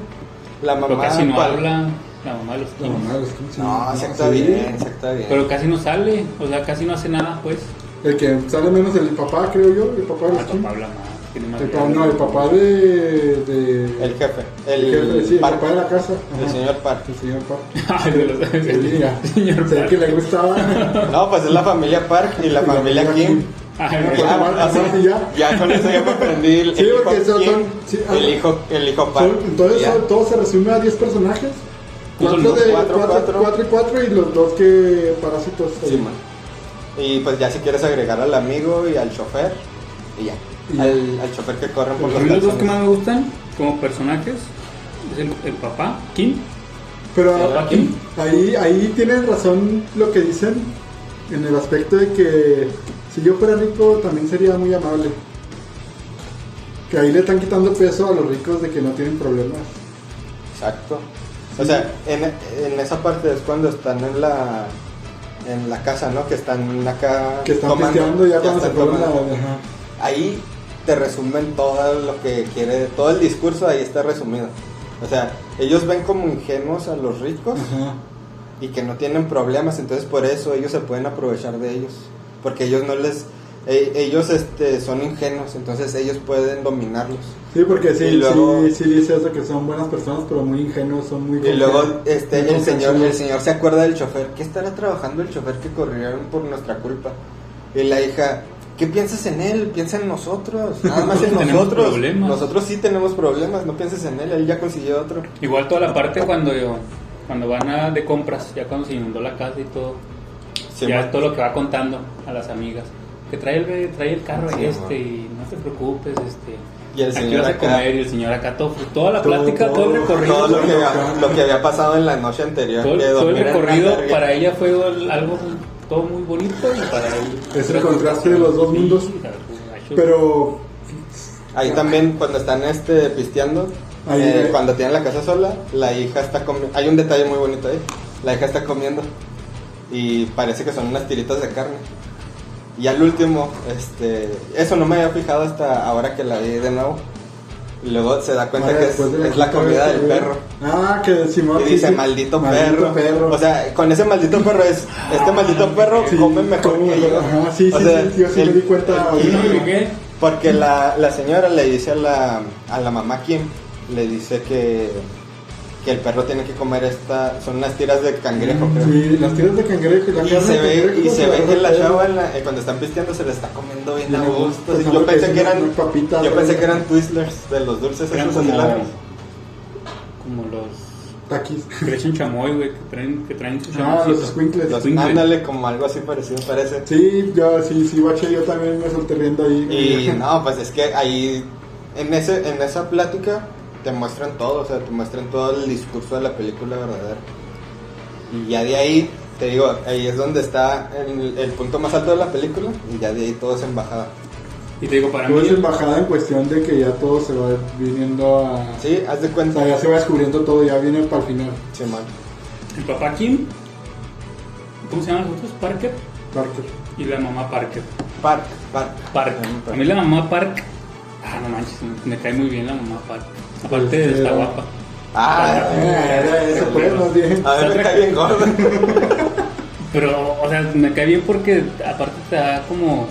A: La
B: Pero
A: mamá...
B: casi no
A: ¿cuál?
B: habla la mamá de los
C: La
B: Kim.
C: mamá de los Kim. sí.
A: No, se
C: Ah,
A: actúa
C: sí.
A: bien, se actúa bien.
B: Pero casi no sale, o sea, casi no hace nada, pues.
C: El que sale menos el papá, creo yo, el papá de los
B: El
C: Kim.
B: Ah, papá habla más, tiene más...
C: El papá,
B: diálogo.
C: no, el papá de... de-
A: El jefe.
C: el
A: El,
C: jefe, sí, el
A: Park,
C: papá de la casa.
A: el
C: Ajá.
A: señor Park.
C: El señor Park.
B: Ay, de los-
C: Sí, ya.
B: Señor
C: Sé
B: Park.
C: que le gustaba.
A: No, pues es la familia Park y la
C: Y la
A: familia
C: familia
A: Kim.
C: Kim.
B: Ay,
C: No,
B: me-
C: pues,
A: Ya,
C: aparte-
A: así-
C: aparte ya.
A: ya con eso ya me aprendí el,
C: Sí,
A: el hijo
C: porque son-
A: Kim,
C: son- sí, ah,
A: el hijo, el hijo Park.
C: Son- entonces
A: Ya.
C: son- todo se resume a 10 personajes.
B: Pues son
C: Cuatro
B: los
C: de
A: cuatro, cuatro.
C: 4 y 4 y los dos que parásitos.
A: Sí, man. Y pues ya si quieres agregar al amigo y al chofer, y ya.
C: Y ya.
A: Al, al chofer que corren por
B: A
A: los
B: mí los dos que
A: calzones.
B: más me gustan como personajes es el, el papá, Kim.
C: Pero
B: Pero aquí-
C: ahí, ahí tienen razón lo que dicen en el aspecto de que si yo fuera rico también sería muy amable. Que ahí le están quitando peso a los ricos de que no tienen problemas.
A: Exacto. O sea, en, en esa parte es cuando están en la en la casa, ¿no? Que están acá
C: Que están
A: tomando,
C: pisteando ya cuando se
A: están
C: fueron la...
A: tomando.
C: ajá.
A: ahí te resumen todo lo que quiere, todo el discurso ahí está resumido. O sea, ellos ven como ingenuos a los ricos
C: Ajá.
A: y que no tienen problemas, entonces por eso ellos se pueden aprovechar de ellos, porque ellos no les e- ellos este son ingenuos, entonces ellos pueden dominarlos.
C: Sí, porque sí,
A: Y luego-
C: sí, sí dice eso que son buenas personas, pero muy ingenuos, son muy...
A: Y luego
C: confiados,
A: este
C: muy
A: el señor el
C: confiados.
A: señor se acuerda del chofer, ¿qué estará trabajando el chofer que corrieron por nuestra culpa? Y la hija ¿Qué piensas en él? Piensa en nosotros. Nada más en
B: Tenemos
A: nosotros.
B: problemas.
A: Nosotros sí tenemos problemas. No pienses en él. Él ya consiguió otro.
B: Igual toda la parte cuando cuando van a de compras, ya cuando se inundó la casa y todo,
A: Sí,
B: ya
A: ma.
B: todo lo que va contando a las amigas. Que trae el, trae el carro
A: Sí,
B: este
A: ma.
B: y no te preocupes, este.
A: Y el
B: aquí
A: señor
B: vas a
A: acá.
B: comer y el señor acá todo, toda la
C: Todo,
B: plática, todo, el
C: todo,
B: recorrido.
A: Todo lo que,
C: Ajá.
A: lo que había pasado en la noche anterior.
B: Todo,
A: que
B: todo el
A: dormir en una
B: recorrido
A: albergue.
B: para ella fue algo todo muy bonito y para él.
C: Es el contraste de los dos
B: Sí,
C: mundos.
B: gacho.
C: Pero
A: Ahí también cuando están este pisteando,
C: Ahí,
A: eh,
C: güey.
A: cuando tienen la casa sola, la hija está comiendo. Hay un detalle muy bonito ahí. La hija está comiendo y parece que son unas tiritas de carne. Y al último, este, eso no me había fijado hasta ahora que la vi de nuevo. Y luego se da cuenta
C: ahora
A: que es,
C: después de
A: es la
C: quinta
A: comida
C: vez
A: del
C: que ve-
A: perro.
C: Ah, que Simón
A: Y
C: sí,
A: dice,
C: sí.
A: maldito,
C: Maldito
A: perro. O sea, con ese maldito perro es, este maldito perro
C: Ah, Sí,
A: come mejor
C: come
A: que
C: mejor,
A: yo.
C: ajá, sí,
A: O
C: sí,
A: sea,
C: sí, yo sí me di cuenta
A: el-
B: ¿Y no me qué?
A: porque la, la señora le dice a la, a la mamá Kim le dice que, que el perro tiene que comer esta, son unas tiras de cangrejo, creo.
C: Mm, Sí, las tiras de cangrejo y la
A: Y
C: carne
A: se
C: de
A: ve,
C: cangrejo
A: y se ve
C: agarra
A: que la
C: todo.
A: chava la- eh, cuando están pisteando se la está comiendo bien
C: Bien
A: a
C: a gusto,
A: gusto.
C: pensando
A: Yo
C: que
A: pensé
C: sí,
A: que eran,
C: unas papitas,
A: yo pensé
C: ¿verdad?
A: que eran Twizzlers de los dulces
B: Eran
A: esos así
B: como-
A: largos.
B: Como los
C: Taquis.
B: que le echan chamoy, güey, que traen, que traen su
C: Ah,
B: chamoycito.
C: los squinkles.
A: Los-
B: Twizzlers.
A: ándale, como algo así parecido parece.
C: Sí, yo, sí, sí, bache, yo también me solté riendo ahí.
A: Y no, pues es que ahí, en, ese, en esa plática, te muestran todo, o sea, te muestran todo el discurso de la película verdadera. Y ya de ahí, te digo, ahí es donde está el, el punto más alto de la película, y ya de ahí todo es embajada.
B: Y te digo, para
C: Luego
B: mí,
C: es embajada en cuestión de que ya todo se va viniendo a...
A: ¿Sí? Haz de
C: O sea,
A: cuenta.
C: ya se va descubriendo todo, ya viene para el final.
A: Simón.
B: el papá Kim, ¿cómo se llaman los otros? Parker
C: Parker.
B: y la mamá Parker.
A: Park, park.
B: Park. A mí la mamá Park, ah, no manches, me, me cae muy bien la mamá Park. Aparte de esta
C: Pero-
B: guapa.
A: Ah,
C: Ah, era eso, pues, más bien.
A: A ver, me cae bien gordo.
B: Pero, o sea, me cae bien porque aparte te da como.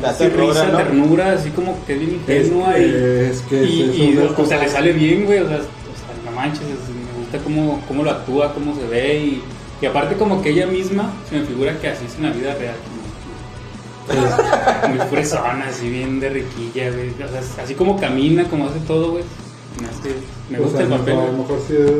A: Te hace
B: así risa,
A: ternura, ¿no?
B: ternura, así como que es bien
C: Es
B: ingenua
C: que-
B: y.
C: es que
B: y,
C: es
B: y,
C: una
B: o sea,
C: cosa-
B: le sale bien, güey. O sea, o sea, no manches, es- me gusta cómo, cómo lo actúa, cómo se ve y. Y aparte como que ella misma se me figura que así es en la vida real, como que muy fresona, así bien de riquilla, güey. O sea, así como camina, como hace todo, güey. Me, hace- me
C: O
B: gusta
C: sea,
B: el
C: no,
B: papel.
C: Pues A lo mejor sí es...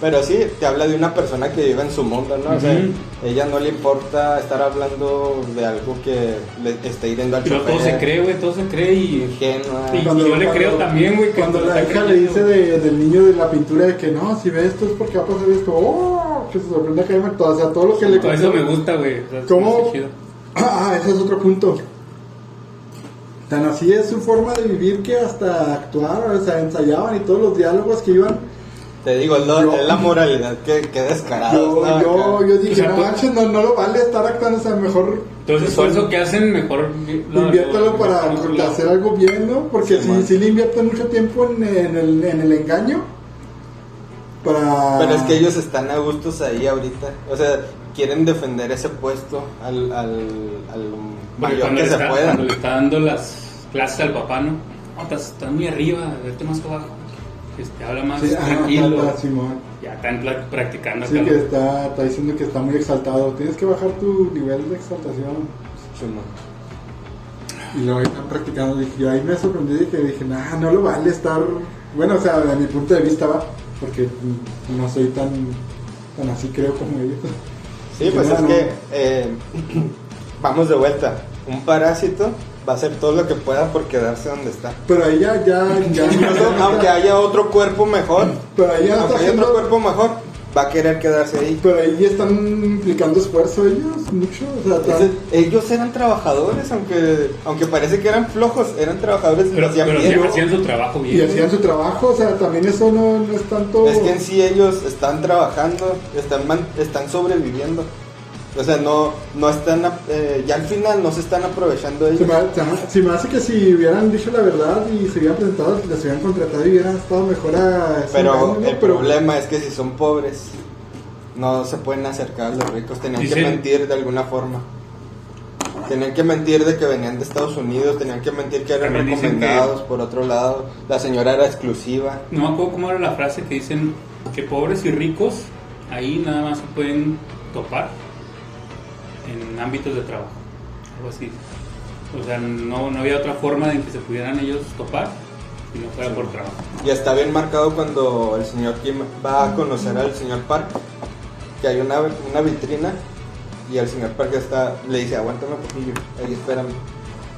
A: Pero sí, te habla de una persona que vive en su mundo, ¿no? O sea,
B: Ujú.
A: ella no le importa estar hablando de algo que le esté hiriendo al
B: Y luego
A: chofer.
B: todo se cree, güey, todo se cree y.
A: Ingenua.
B: Y- yo le creo también, güey, que
C: Cuando
B: te lo
C: la
B: está
C: hija le
B: creyendo.
C: dice de- del niño de la pintura de que no, si ve esto es porque va a pasar esto, ¡oh! Que se sorprende a Jaime, todo, o sea, todo lo que le
B: Todo eso me gusta, güey. O sea, se me hace
C: ¿Cómo?
B: chido.
C: Ah, ese es otro punto. Tan así es su forma de vivir que hasta actuaron, o sea, ensayaban y todos los diálogos que iban.
A: Te digo, es lo-
C: Yo-
A: es la moralidad que, que descarado.
C: Yo,
A: ¿no?
C: yo,
A: Acá.
C: yo
B: O
C: dije,
B: sea,
C: no
B: tú-
C: manches, no, no lo vale estar actuando, o sea, mejor
B: Todo ese esfuerzo que hacen, mejor. lo- lo-
C: inviértelo
B: lo-
C: Pues para
B: lo- lo-
C: hacer algo bien, ¿no? Porque
A: Sí,
C: si,
A: man.
C: si le invierten mucho tiempo en, en el, en el engaño, para...
A: Pero es que ellos están a gustos ahí ahorita. O sea, quieren defender ese puesto al, al, al
B: Porque
A: mayor
B: cuando,
A: que
B: le
A: se
B: está,
A: pueda.
B: cuando le está dando las clases al papá, ¿no? No, estás, estás muy arriba, vete más abajo. Este, habla más
C: Sí, ah,
B: tranquilo.
C: está- está, Simón.
B: ya están pla- practicando
C: Sí,
B: acá.
C: que está, está diciendo que está muy exaltado. Tienes que bajar tu nivel de exaltación.
A: Simón.
C: Y lo están practicando. Dije, yo ahí me sorprendí de que dije, nah, no lo vale estar. Bueno, o sea, de mi punto de vista va, porque mm, no soy tan, tan así, creo, como ellos.
A: Sí, pues es
C: Claro.
A: que eh, vamos de vuelta. Un parásito va a hacer todo lo que pueda por quedarse donde está.
C: Pero ahí ya, ya, ya.
A: Incluso, aunque haya otro cuerpo mejor,
C: Pero ahí ya está
A: aunque haya
C: haciendo-
A: otro cuerpo mejor, va a querer quedarse ahí.
C: Pero ahí ya están implicando esfuerzo ellos, mucho. O sea, están-
A: Entonces, ellos eran trabajadores, aunque aunque parece que eran flojos, eran trabajadores y lo
B: Pero,
A: hacían
B: pero
A: bien.
B: sí hacían su trabajo bien.
C: y hacían su trabajo, o sea, también eso no, no es tanto.
A: Es que en sí ellos están trabajando, están, man- están sobreviviendo. O sea, no, no están, ap- eh, ya al final no se están aprovechando
C: Se
A: ellos.
C: me, se me- se me hace que si hubieran dicho la verdad y se hubieran presentado, les hubieran contratado y hubieran estado mejor a... ese
A: Pero
C: engaño, ¿no?
A: el problema es que si son pobres, no se pueden acercar a los ricos. Tenían
B: Dice-
A: que mentir de alguna forma. Tenían que mentir de que venían de Estados Unidos, tenían que mentir que eran
B: También dicen
A: recomendados por otro lado. La señora era exclusiva.
B: No me acuerdo cómo era la frase que dicen que pobres y ricos ahí nada más se pueden topar en ámbitos de trabajo. Algo así. O sea, no, no había otra forma en que se pudieran ellos topar si no fuera por trabajo.
A: Y está bien marcado cuando el señor Kim va a conocer al señor Park, que hay una, una vitrina y el señor Park está, le dice, aguántame un poquillo, ahí espérame.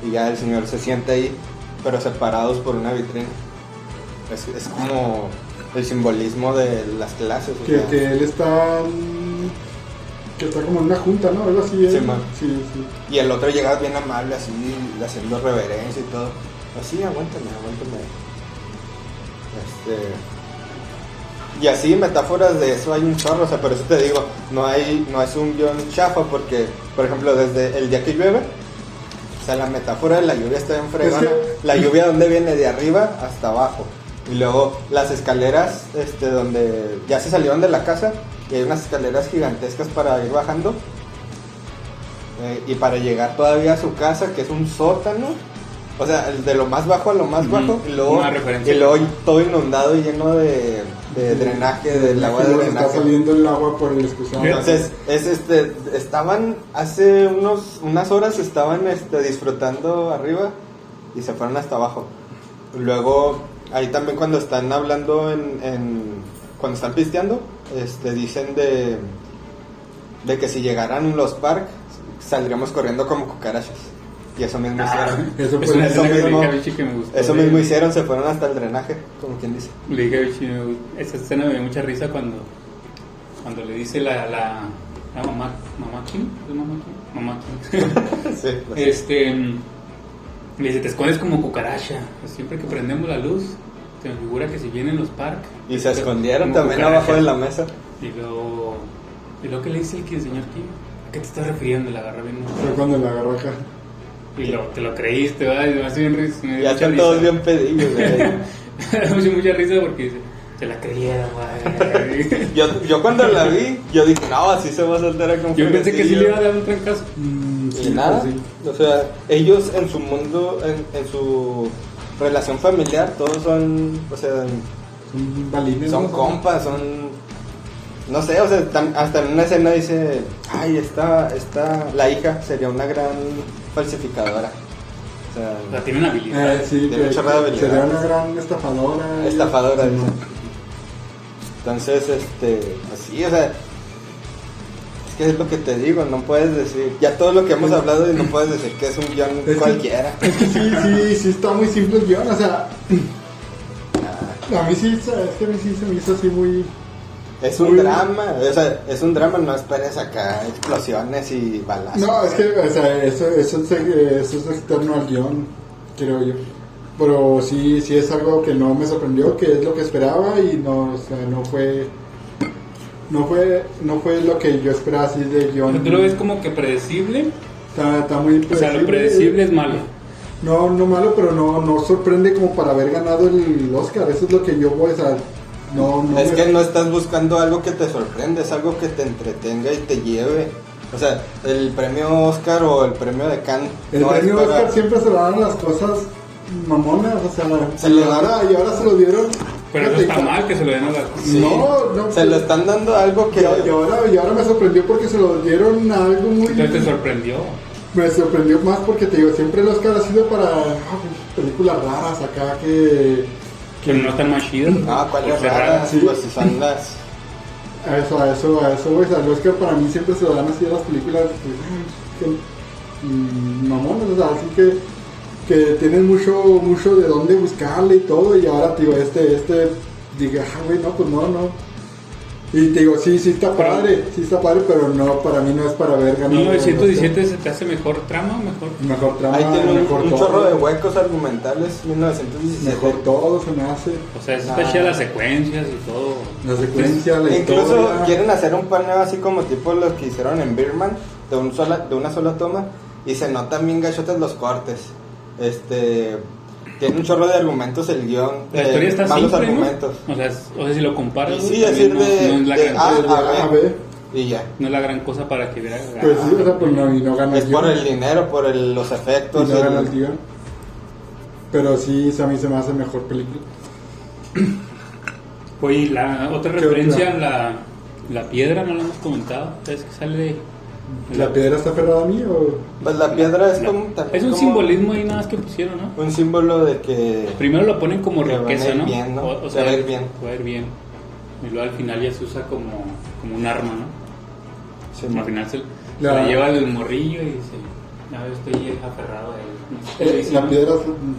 A: Y ya el señor se siente ahí, pero separados por una vitrina. Es, es como el simbolismo de las clases. o
C: Que,
A: sea.
C: que él está... mm, Que está como en una junta, ¿no? Algo así. ¿eh?
A: Sí, man.
C: sí, sí.
A: Y el otro llega bien amable, así, haciendo reverencia y todo. Así, aguántame, aguántame. Este. Y así, metáforas de eso hay un chorro, o sea, por eso te digo, no hay no es un guión chafa, porque, por ejemplo, desde el día que llueve, o sea, la metáfora de la lluvia está bien fregona.
C: que-
A: La lluvia, ¿dónde viene? De arriba hasta abajo. Y luego las escaleras, este, donde ya se salieron de la casa, y hay unas escaleras gigantescas para ir bajando. Eh, y para llegar todavía a su casa, que es un sótano, O sea, el de lo más bajo a lo más
B: Ujú,
A: bajo y luego,
B: una referencia.
A: y luego todo inundado y lleno de, de drenaje, del agua de
C: Luego está
A: drenaje.
C: saliendo el agua por el excusado.
A: Entonces, es este, estaban hace unos, unas horas estaban este, disfrutando arriba y se fueron hasta abajo. Luego, ahí también cuando están hablando en, en- cuando están pisteando, este, dicen de, de que si llegaran los parks saldríamos corriendo como cucarachas. Y eso mismo
B: Ah.
A: hicieron.
C: Eso
B: es
C: fue-
B: una
A: eso
B: escena que le
A: mismo-
B: dije a Vichy que me gustó.
A: Eso
B: de-
A: mismo hicieron, se fueron hasta el drenaje, como quien dice.
B: Le dije a Vichy, me gu- esa escena me dio mucha risa cuando, cuando le dice la, la, la mamá, mamá Kim, ¿es mamá Kim? Mamá Kim.
A: Sí, pues,
B: Este. mm, Le dice, te escondes como cucaracha. Siempre que prendemos la luz, se me figura que si vienen los parques.
A: y se escondieron
B: como
A: también
B: cucarachas.
A: abajo de la mesa.
B: Y luego. ¿Y luego que le dice el, que- el señor Kim? ¿A qué te estás refiriendo? La agarra bien.
C: Fue cuando la agarró acá.
B: Y lo, te lo creíste, ¿verdad? Y me hace bien risa. me dio
A: Ya
B: mucha
A: están
B: risa.
A: todos bien pedidos. güey.
B: me hace mucha risa porque dice, te la creyeron, güey.
A: Yo, yo cuando la vi, yo dije, no, así se va a saltar a
B: Yo pensé que sí le iba a dar un trancazo.
C: Mm,
A: Y
C: sí,
A: nada.
C: pues sí.
A: O sea, ellos en su mundo, en, en su relación familiar, todos son, o sea,
C: Son balines.
A: son
C: ¿no?
A: compas, son... No sé, o sea, tan- hasta en una escena dice, ay, esta, esta, la hija sería una gran falsificadora. O sea,
B: O sea, tienen
C: Eh,
B: habilidades.
C: sí,
A: De
C: que-
A: mucha habilidad.
C: sería una gran estafadora.
A: Estafadora,
C: Sí,
A: dice.
C: ¿no?
A: Entonces, este, así, o sea, es que es lo que te digo, no puedes decir, ya todo lo que hemos hablado y no puedes decir que es un guión
C: que-
A: cualquiera.
C: Es que sí, sí, sí está muy simple el guión, o sea. A mí sí, se- es que a mí sí se me hizo así muy.
A: Es un
C: Uy.
A: drama, o sea, es un drama, no esperes acá explosiones y balazos.
C: No, es que, o sea, eso, eso, es, eh, eso es externo al guión, creo yo. Pero sí, sí es algo que no me sorprendió, que es lo que esperaba y no, o sea, no fue. No fue, no fue lo que yo esperaba así de
B: O sea,
C: guión.
B: tú lo ves como que predecible.
C: Está, está muy
B: O sea, lo predecible es malo.
C: No, no malo, pero no, no sorprende como para haber ganado el Oscar. Eso es lo que yo voy a saber. No, no
A: Es
C: me-
A: que no estás buscando algo que te sorprenda, es algo que te entretenga y te lleve. O sea, el premio Oscar o el premio de Cannes
C: El
A: no es
C: premio
A: para-
C: Oscar siempre se le dan las cosas mamonas, o sea,
A: Se lo
C: y ahora, y ahora se lo dieron.
B: Pero eso
C: fíjate,
B: está mal que se lo den a la.
A: Sí.
C: No, no, pues-
A: Se lo están dando algo que...
C: Y, a- y ahora, y ahora me sorprendió porque se lo dieron a algo muy.
B: Entonces te sorprendió.
C: Me sorprendió más porque te digo, siempre el Oscar ha sido para ah, películas raras acá que.
B: Que no están más chidas.
A: Ah, ¿cuál es
B: Porque
A: rara?
C: sí.
A: Pues si son las...
C: A eso, a eso, a eso, güey. O sea, el Oscar para mí siempre se lo dan así a las películas que, que- mm, mamonas, o sea, así que, que tienen mucho, mucho de dónde buscarle y todo. Y ahora, te digo, este, este, diga, ah, güey, no, pues no, no. Y te digo, sí, sí está
B: Pero-
C: padre, sí está padre, pero no, para mí no es para ver ganado. el Oscar.
B: 1917 se te hace mejor trama, mejor.
C: Mejor trama,
A: Ahí tiene un,
C: mejor
A: un
C: todo.
A: chorro de huecos argumentales, 1917.
C: Mejor todo se me hace.
B: O sea, eso está chida las secuencias y todo.
C: La secuencia, la
A: E Incluso
C: historia.
A: quieren hacer un paneo así como tipo los que hicieron en Birman, de, un sola, de una sola toma, y se notan bien gachotes los cortes. Este. Tiene un chorro de argumentos el guión.
B: La
A: de
B: historia está
A: Eh, malos
B: simple, ¿no?
A: argumentos.
B: O sea, es- o sea, si lo comparas,
A: Y sí,
B: güey,
A: decir
B: también
A: de-
B: no, no es la
A: de-
B: gran,
A: ah,
C: Entonces,
A: a ver.
C: a ver,
A: Y ya.
B: no es la gran cosa para que hubiera ganado.
C: pues sí, o sea, pues no, y no gana
A: Es
C: yo.
A: por el dinero, por el- los
C: Y
A: efectos.
C: no
A: el-
C: gana el guión. Pero sí, esa a mí se me hace mejor película.
B: Oye, y la otra
C: ¿Qué
B: referencia, la, la piedra, no la hemos comentado. Es que sale de.
C: ¿La piedra está aferrada a mí o...?
A: Pues la piedra es
B: la-
A: como. también
B: es un
A: como
B: simbolismo ahí nada más que pusieron, ¿no?
A: Un símbolo de que.
B: Primero lo ponen como
A: Te van a ir
B: riqueza, ¿no?
A: bien, ¿no?
B: O, o
A: Te
B: sea,
A: va a ir bien.
B: te va a ir bien. Y luego al final ya se usa como, como un arma, ¿no?
A: Simón.
B: Al final se, se
C: La-
B: la lleva el morrillo y dice, ya yo estoy aferrado a él. No sé qué le
C: Eh,
B: dice,
C: la
B: ¿no?
C: piedra...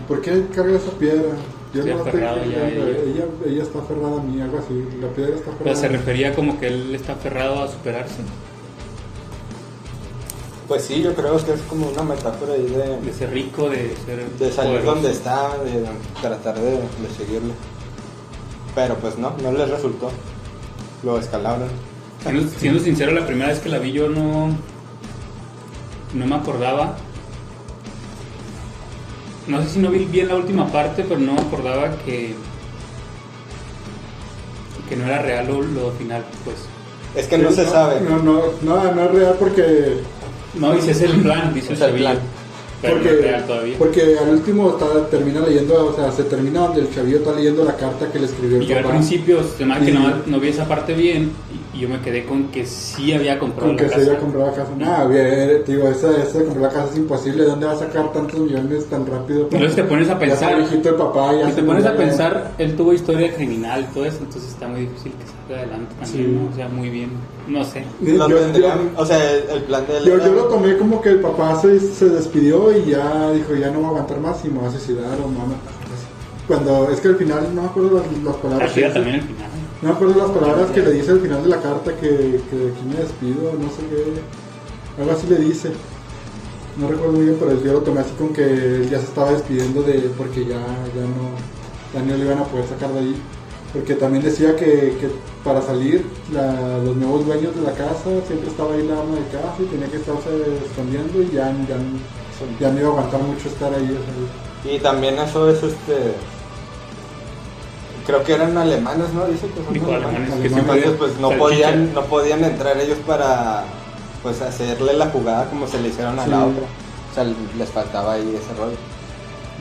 C: ¿Por qué carga esa piedra? Yo
B: Estoy
C: no estoy...
B: aferrado ya a
C: Ella,
B: ella.
C: ella, ella está aferrada a mí, algo así. La piedra está
B: O sea,
C: aferrada
B: se
C: a mí.
B: refería como que él está aferrado a superarse,
A: Pues sí, yo creo que es como una metáfora ahí de.
B: de ser rico, de ser
A: de salir
B: poderoso.
A: donde está, de tratar de, de seguirlo. Pero pues no, no les resultó. Lo escalaron.
B: Siendo, siendo sincero, la primera vez que la vi yo no, no me acordaba. No sé si no vi bien la última parte, pero no me acordaba que, que no era real lo, lo final, pues.
A: Es que no se sabe.
C: No, no, no, no es real porque...
B: No, dice, es el plan, dice
A: Es
B: el
A: el plan.
B: Sevilla. Pero no
C: Porque,
B: es real todavía.
C: porque al último está- termina leyendo, o sea, se termina donde el chavillo está leyendo la carta que le escribió
B: Y
C: el
B: yo al
C: papá.
B: principio, se me hace que
C: Sí.
B: no, no vi esa parte bien y- y yo me quedé con que sí había comprado
C: Con
B: la
C: que se
B: casa.
C: haya comprado la casa. Nada, bien, te digo, esa, esa de comprar la casa es imposible. ¿De dónde va a sacar tantos millones tan rápido?
B: Entonces te pones a
C: Ya
B: pensar.
C: está viejito el papá, ya
B: Si te
C: se
B: pones a
C: murió.
B: pensar, él tuvo historia criminal y todo eso, entonces está muy difícil que salga adelante también,
C: Sí.
B: ¿no? O sea, muy bien. No sé.
C: Sí,
A: Lo
C: yo-
A: tendrían- o sea, el, el plan de él
C: Yo,
A: era-
C: yo lo tomé como que el papá se, se despidió y ya dijo, ya no voy a aguantar más y me voy a suicidar o me voy a matar. Cuando es que al final no me acuerdo las, las
B: Está
C: palabras. que
B: chida
C: dice.
B: también el final.
C: No me acuerdo las palabras que le dice al final de la carta que, que de aquí me despido, no sé qué. Algo así le dice. No recuerdo muy bien, pero yo lo tomé así con que él ya se estaba despidiendo de porque ya, ya no, ya no le iban a poder sacar de ahí. Porque también decía que, que para salir la- los nuevos dueños de la casa siempre estaba ahí la ama de casa y tenía que estarse escondiendo y ya, ya, ya no iba a aguantar mucho estar ahí. o
A: Y también eso es este. Creo que eran alemanes, ¿no? Dice que son
B: Dijo alemanes que
C: alemanes,
B: siempre
A: Entonces, pues no
B: salchicha.
A: podían, no podían entrar ellos para pues hacerle la jugada como se le hicieron a la
C: Sí.
A: otra. O sea, les faltaba ahí ese rollo.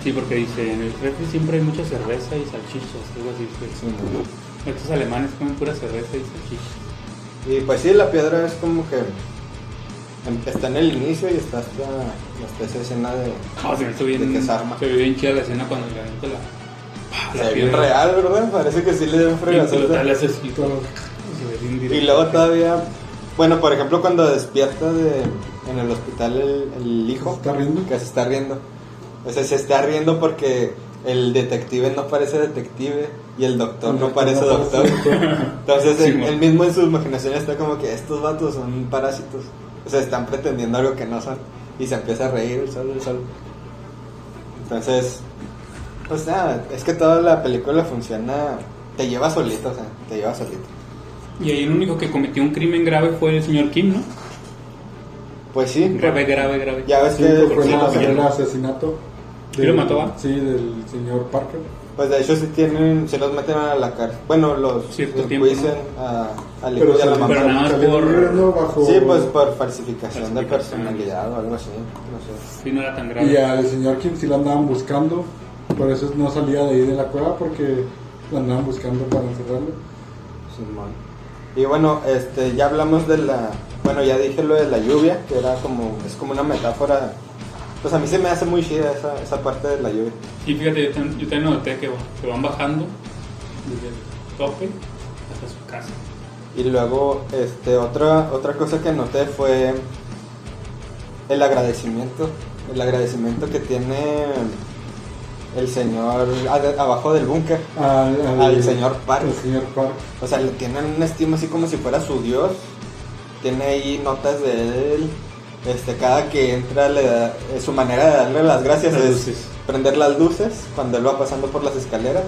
B: Sí, porque dice, en el refri siempre hay mucha cerveza y salchichas, algo así. pues.
A: Sí, ¿no?
B: Estos alemanes comen pura cerveza y salchichas.
A: Y pues sí, la piedra es como que em- está en el inicio y está hasta, hasta esa escena de.
B: No, se me hizo bien.
A: Ah, ¿De qué se arma?
B: Se ve bien chida la escena cuando le avienta la.
A: o
B: Ah, la
A: sea, bien
B: piedra.
A: real, ¿verdad? Parece que sí le dio un
B: Y
A: fregazo.
B: total, le hace así,
C: sea, todo.
B: se ve bien
A: Y
B: directo.
A: luego todavía, bueno, por ejemplo, cuando despierta de, en el hospital el, el hijo,
C: ¿Se está riendo?
A: que se está riendo. O sea, se está riendo porque el detective no parece detective y el doctor no parece doctor. Entonces,
B: Sí,
A: él,
B: mo.
A: él mismo en su imaginación está como que estos vatos son parásitos. O sea, están pretendiendo algo que no son. Y se empieza a reír el sol, el sol. Entonces, pues nada, es que toda la película funciona, te lleva solito, o sea, te lleva solito.
B: Y ahí el único que cometió un crimen grave fue el señor Kim, ¿no?
A: Pues sí,
B: Grave, grave, grave.
A: Ya ves
C: Sí,
A: que,
C: que fue
A: sí,
C: la-
A: lo
C: fue el
A: vieron.
C: asesinato.
B: ¿Y lo mató, va?
C: Sí, del señor Parker.
A: pues de hecho si tienen, si los meten a la cárcel, bueno los
B: Cierto
A: los
B: tiempo,
A: enjuician a, al hijo
C: Pero
A: y a la
C: salió-
A: mamá.
B: Pero nada más
C: salió
B: por-
C: librando bajo-
A: Sí, pues por falsificación de
B: Falsificación.
A: personalidad o algo así, no sé.
B: Sí, no era tan grave.
C: Y al señor Kim sí lo andaban buscando, por eso no salía de ahí de la cueva porque lo andaban buscando para encerrarlo.
A: Simón. Y bueno, este, ya hablamos de la, bueno ya dije lo de la lluvia, que era como, es como una metáfora, pues a mí se me hace muy chida esa, esa parte de la lluvia.
B: Y fíjate, yo, tam- yo también noté que, que van bajando desde el tope hasta su casa.
A: Y luego, este, otra, otra cosa que noté fue el agradecimiento. El agradecimiento que tiene el señor a- abajo del búnker.
C: Al,
A: Al señor Park.
C: al señor Park.
A: O sea, le tienen una estima así como si fuera su dios. Tiene ahí notas de él. Este, cada que entra, le da- eh, su manera de darle las gracias
B: Las
A: es
B: luces.
A: prender las luces cuando él va pasando por las escaleras.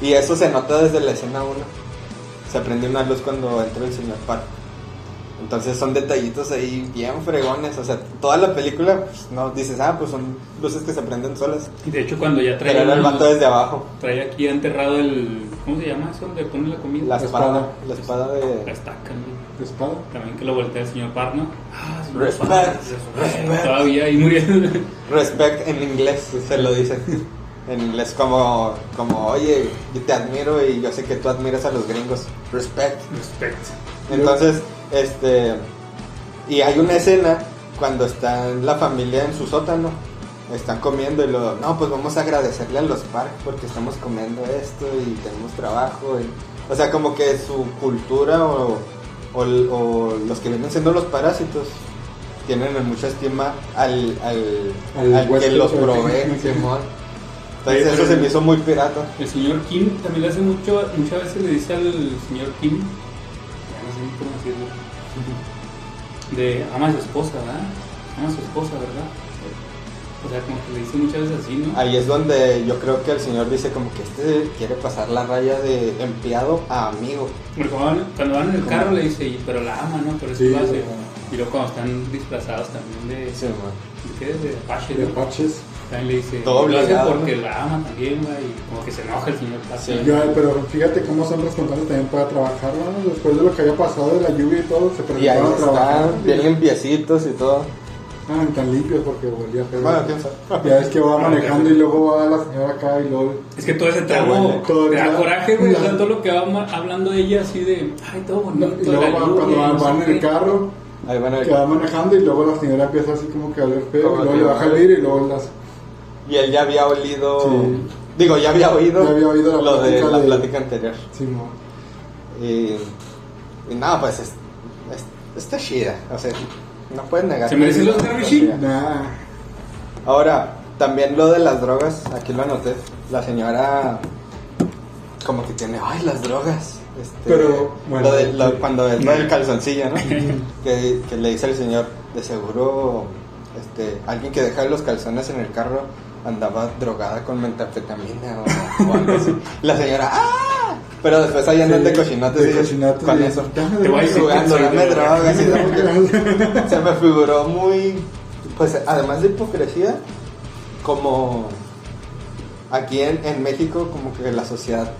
A: Y eso se nota desde la escena 1. Se prende una luz cuando entra el señor Park. Entonces son detallitos ahí bien fregones. O sea, toda la película, pues, no dices, ah, pues son luces que se prenden solas.
B: Y de hecho, cuando ya
A: Pero
B: trae,
A: era el vato desde abajo.
B: trae aquí enterrado el. ¿Cómo se llama eso? Donde pone la comida.
A: La
C: La
A: espada,
C: espada.
A: la espada
B: La
A: de.
B: estaca, ¿no?
C: de espada.
B: También que lo voltea el señor Park, ¿no? Ah, señor
A: Respect,
B: Park,
A: respect.
B: Todavía ahí muriendo.
A: Respect en inglés, se lo dice. En inglés como, como, oye, yo te admiro y yo sé que tú admiras a los gringos. Respect.
B: Respect.
A: Entonces, este. Y hay una escena cuando está la familia en su sótano. Están comiendo y luego, no, pues vamos a agradecerle a los parques porque estamos comiendo esto y tenemos trabajo. y-". o sea, como que su cultura o, o- o los que vienen siendo los parásitos tienen en mucha estima al, al,
C: Al
A: al que
C: huésped,
A: los
C: al-
A: provee, Simón. Entonces,
B: Sí,
A: eso
B: pero-
A: se me hizo muy pirata.
B: El señor Kim también le hace mucho, muchas veces le dice al señor Kim, ya no sé ni cómo decirlo, de ama a su esposa, ¿verdad? Ama a su esposa, ¿verdad? O sea, como que le dice muchas veces así, ¿no?
A: Ahí es donde yo creo que el señor dice como que este quiere pasar la raya de empleado a amigo.
B: Porque cuando van, cuando van en el carro le dice, "Y- pero la ama, ¿no? Pero eso
C: Sí,
B: lo hace.
C: la-
B: Y luego cuando están disfrazados también de...
A: Sí,
B: ¿De qué? De Apache,
C: De
B: ¿no?
C: Apaches.
B: También le dice,
A: Todo
B: lo hace
A: obligado,
B: porque
A: ¿no?
B: la ama también, va, y como que se enoja el señor Pache.
A: Sí.
C: Yo, pero fíjate cómo son responsables también para trabajar, ¿no? Después de lo que había pasado de la lluvia y todo, se
A: Y ahí
C: presentaron a trabajar.
A: están bien limpiecitos y todo.
C: Ah, ni tan limpios porque volvía a pedo.
A: Bueno, quién sabe.
C: Ya es que va
B: Ah,
C: manejando y luego va la señora acá y luego.
B: Es que todo ese
A: huele,
B: tramo
C: todo
B: te da
C: la-
B: coraje, güey.
C: la-
B: Tanto lo que va ma- hablando ella así de, ay, todo
C: Y
B: bonito.
C: luego
B: la
C: va-
B: lluvia,
C: cuando va-
B: no sé
C: van en el
B: qué".
C: carro,
A: Ahí van a
C: que va manejando y luego la señora empieza así como que a oler feo
A: Como
C: y luego
A: que
C: le
A: va.
C: baja el vidrio y luego las.
A: Y él ya había olido.
C: Sí.
A: Digo, ya había oído.
C: Ya había oído la
A: lo de
C: plática
A: la
C: de-
A: plática anterior.
C: Sí, no.
A: Y, y nada, pues es, es- está chida. O sea, no puedes negar.
B: ¿Se merecen
A: que-
B: los Dervishi?
C: Nah.
A: Ahora, también lo de las drogas, aquí lo anoté. La señora como que tiene, ay, las drogas. Este,
C: Pero, bueno,
A: lo de- lo-
C: sí.
A: cuando es lo del calzoncillo, ¿no? que, que le dice el señor, de seguro, este, alguien que deja los calzones en el carro andaba drogada con metanfetamina o, o algo así. La señora, ¡ah! Pero después ahí andan de cochinates.
C: De
A: y-
C: cochinates.
A: Con
C: y-
A: eso.
C: Dame
B: Te voy a decir
C: drogas.
A: Jugando,
B: Sí,
A: dame
B: sí,
A: drogas y dame
C: Dame drogas.
A: se me figuró muy, pues además de hipocresía, como aquí en, en México, como que la sociedad,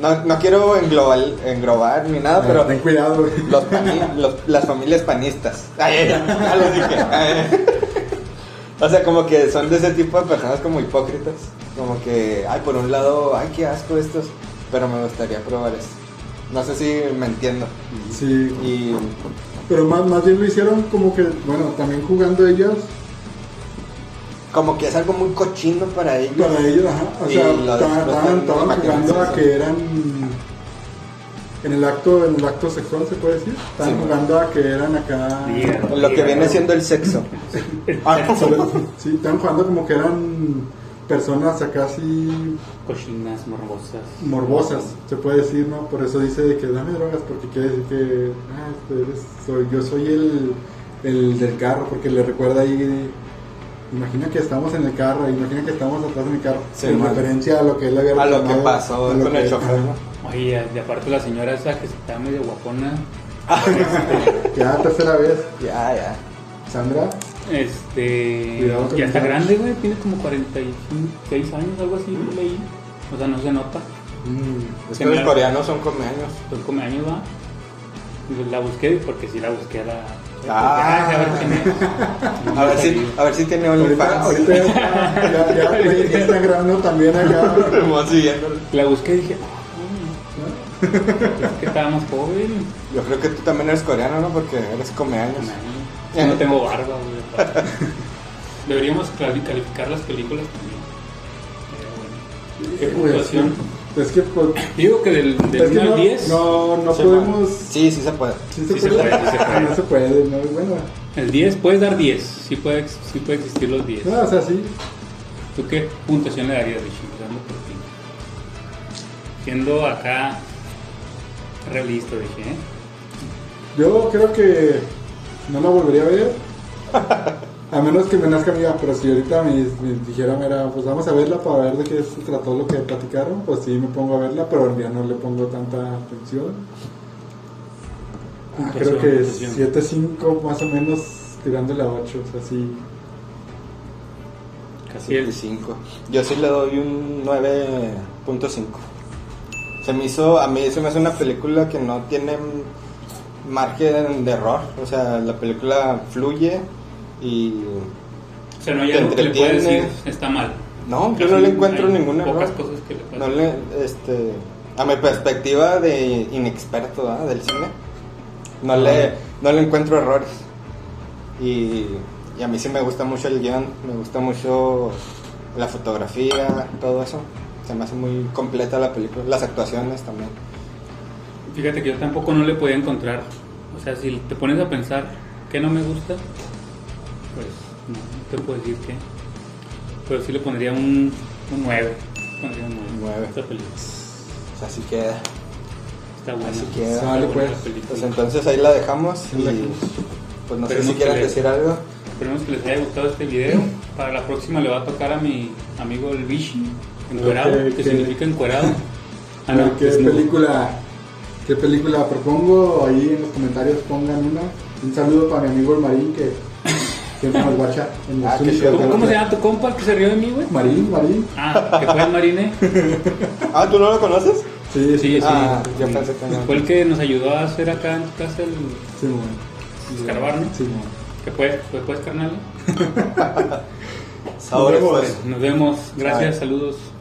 A: no, no quiero englobar, englobar ni
B: Ah,
A: nada,
C: Pero
A: Ah, pero
C: ten cuidado, güey.
A: los pani- los- las familias panistas, Ay, ay, ay, ya lo dije. Ay. O sea, como que son de ese tipo de personas como hipócritas, como que, ay, por un lado, ay, qué asco estos, pero me gustaría probar esto. No sé si me entiendo.
C: Sí.
A: Y
C: Pero más, más bien lo hicieron como que, bueno, también jugando ellos,
A: como que es algo muy cochino para ellos.
C: para ellos, ajá. O
A: Y
C: sea,
A: lo
C: estaban,
A: disfrutan
C: estaban- estaban
A: máquina,
C: jugando a
A: sí, sí.
C: que eran en el acto, en el acto sexual se puede decir. Estaban
A: Sí.
C: jugando a que eran acá.
B: Yeah.
A: Lo que viene siendo el sexo.
C: Ah, pero- sí, estaban jugando como que eran personas acá así
B: Cochinas morbosas.
C: morbosas, se puede decir, ¿no? Por eso dice de que dame drogas, porque quiere decir que ah, este eres- soy- yo soy el, el del carro, porque le recuerda ahí, imagina que estamos en el carro, imagina que estamos atrás en el carro,
A: Sí,
C: en
A: man.
C: referencia a lo que él había
A: A lo que
C: reclamado,
A: pasó
C: a lo
A: con
C: que-
A: el chofer.
C: ajá.
A: ¿no?
B: Oye, y aparte la señora esa que está medio guapona.
C: Ya, tercera vez,
A: Ya, ya.
C: Sandra,
B: Este.
C: Cuidado con
B: ya está
C: los labios.
B: grande, güey. Tiene como 46 años, algo así, leí. O sea, no se nota.
C: Mm.
A: Es que los coreanos son comeaños.
B: Pues come años, va. Y La busqué porque sí la busqué a la.
A: Ah.
B: a ver quién es.
A: A ver si, a ver si tiene
C: ahorita,
A: OnlyFans.
C: ahorita ya, ya, ya, güey, Instagram ¿no? también acá, ¿no?
A: Vamos siguiéndolo.
B: La busqué y dije, "Ah, es que estaba más joven.
A: Yo creo que tú también eres coreano, ¿no? Porque eres
C: Pues,
A: comeaños.
B: Yo Pues,
C: eh.
B: No tengo barba, güey. aparte. Deberíamos cali- calificar las películas también. Pero bueno. ¿Qué
C: Güey, es
B: puntuación?
C: que- es que, pues,
B: Digo que del,
C: es
B: del
C: Pues que
B: 1 al 10,
C: no, no, no
A: Sí,
C: podemos,
A: man. Sí, sí se puede.
C: sí
B: Sí se puede, sí se puede.
C: no se puede, no, bueno.
B: el 10 puedes dar 10. Sí puede, ex- sí puede existir los 10.
C: No, o sea, sí.
B: ¿Tú qué puntuación le darías, Richie? Empezando por ti. Siendo acá realista, dije, ¿eh?
C: Yo creo que no la volvería a ver. A menos que me nazca amiga, pero si ahorita me, me dijera, mira, pues vamos a verla para ver de qué se trató lo que platicaron, pues sí me pongo a verla, pero ya no le pongo tanta atención. Ah, creo que
B: Puntuación,
C: 7.5 más o menos tirándole a 8, o sea, sí.
B: Casi el
A: El 5. Yo sí le doy un 9.5. Se me hizo, a mí se me hace una película que no tiene margen de error. O sea, la película fluye y
B: O sea, no hay algo que le pueda
A: entretiene.
B: decir, está mal.
A: No, yo
B: Casi
A: no le encuentro
B: hay
A: ninguna.
B: Pocas
A: error.
B: cosas que le puedan
A: No le, este, a mi perspectiva de inexperto ¿verdad? del cine, no le, no le encuentro errores. Y, y a mí sí me gusta mucho el guión, me gusta mucho la fotografía, todo eso. Se me hace muy completa la película, las actuaciones también.
B: Fíjate que yo tampoco no le podía encontrar. O sea, si te pones a pensar que no me gusta, pues no te puedo decir que. Pero sí le pondría un, un 9. Pondría un 9.
A: Nueve.
B: Esta película
A: O sea, así queda.
B: está buena.
A: Así queda.
B: Está
C: Sale,
B: buena la
C: pues.
B: película.
A: Pues entonces ahí la dejamos
C: Ahí la
A: y
C: dejamos.
A: pues no
B: Pero
A: sé si
B: no
A: quieran
B: pelea.
A: decir algo.
B: Esperemos que les haya gustado este video. Para la próxima le va a tocar a mi amigo el Vichy, encuerado,
C: Ok,
B: que
C: ok.
B: significa encuerado. Ah,
C: A ver, ¿qué
B: desnudo.
C: película, ¿qué película propongo? Ahí en los comentarios pongan una. Un saludo para mi amigo el Marín que siempre nos guacha en los
A: Ah, qué
C: únicos
A: chido.
B: ¿Cómo, cómo se llama tu compa el que se rió de mí, güey?
C: Marín, Marín.
B: Ah, que fue el marine.
A: Ah, ¿tú no lo conoces?
C: Sí,
B: Sí, sí.
A: Ah, yo pensé que no.
B: Fue el que nos ayudó a hacer acá en tu casa el
C: Simón.
B: escarbar, ¿no?
C: Simón.
B: ¿Te puedes, te puedes pues, carnal?
A: Sabores,
C: vemos.
A: pues.
B: Nos vemos.
A: Bye.
B: Gracias, saludos.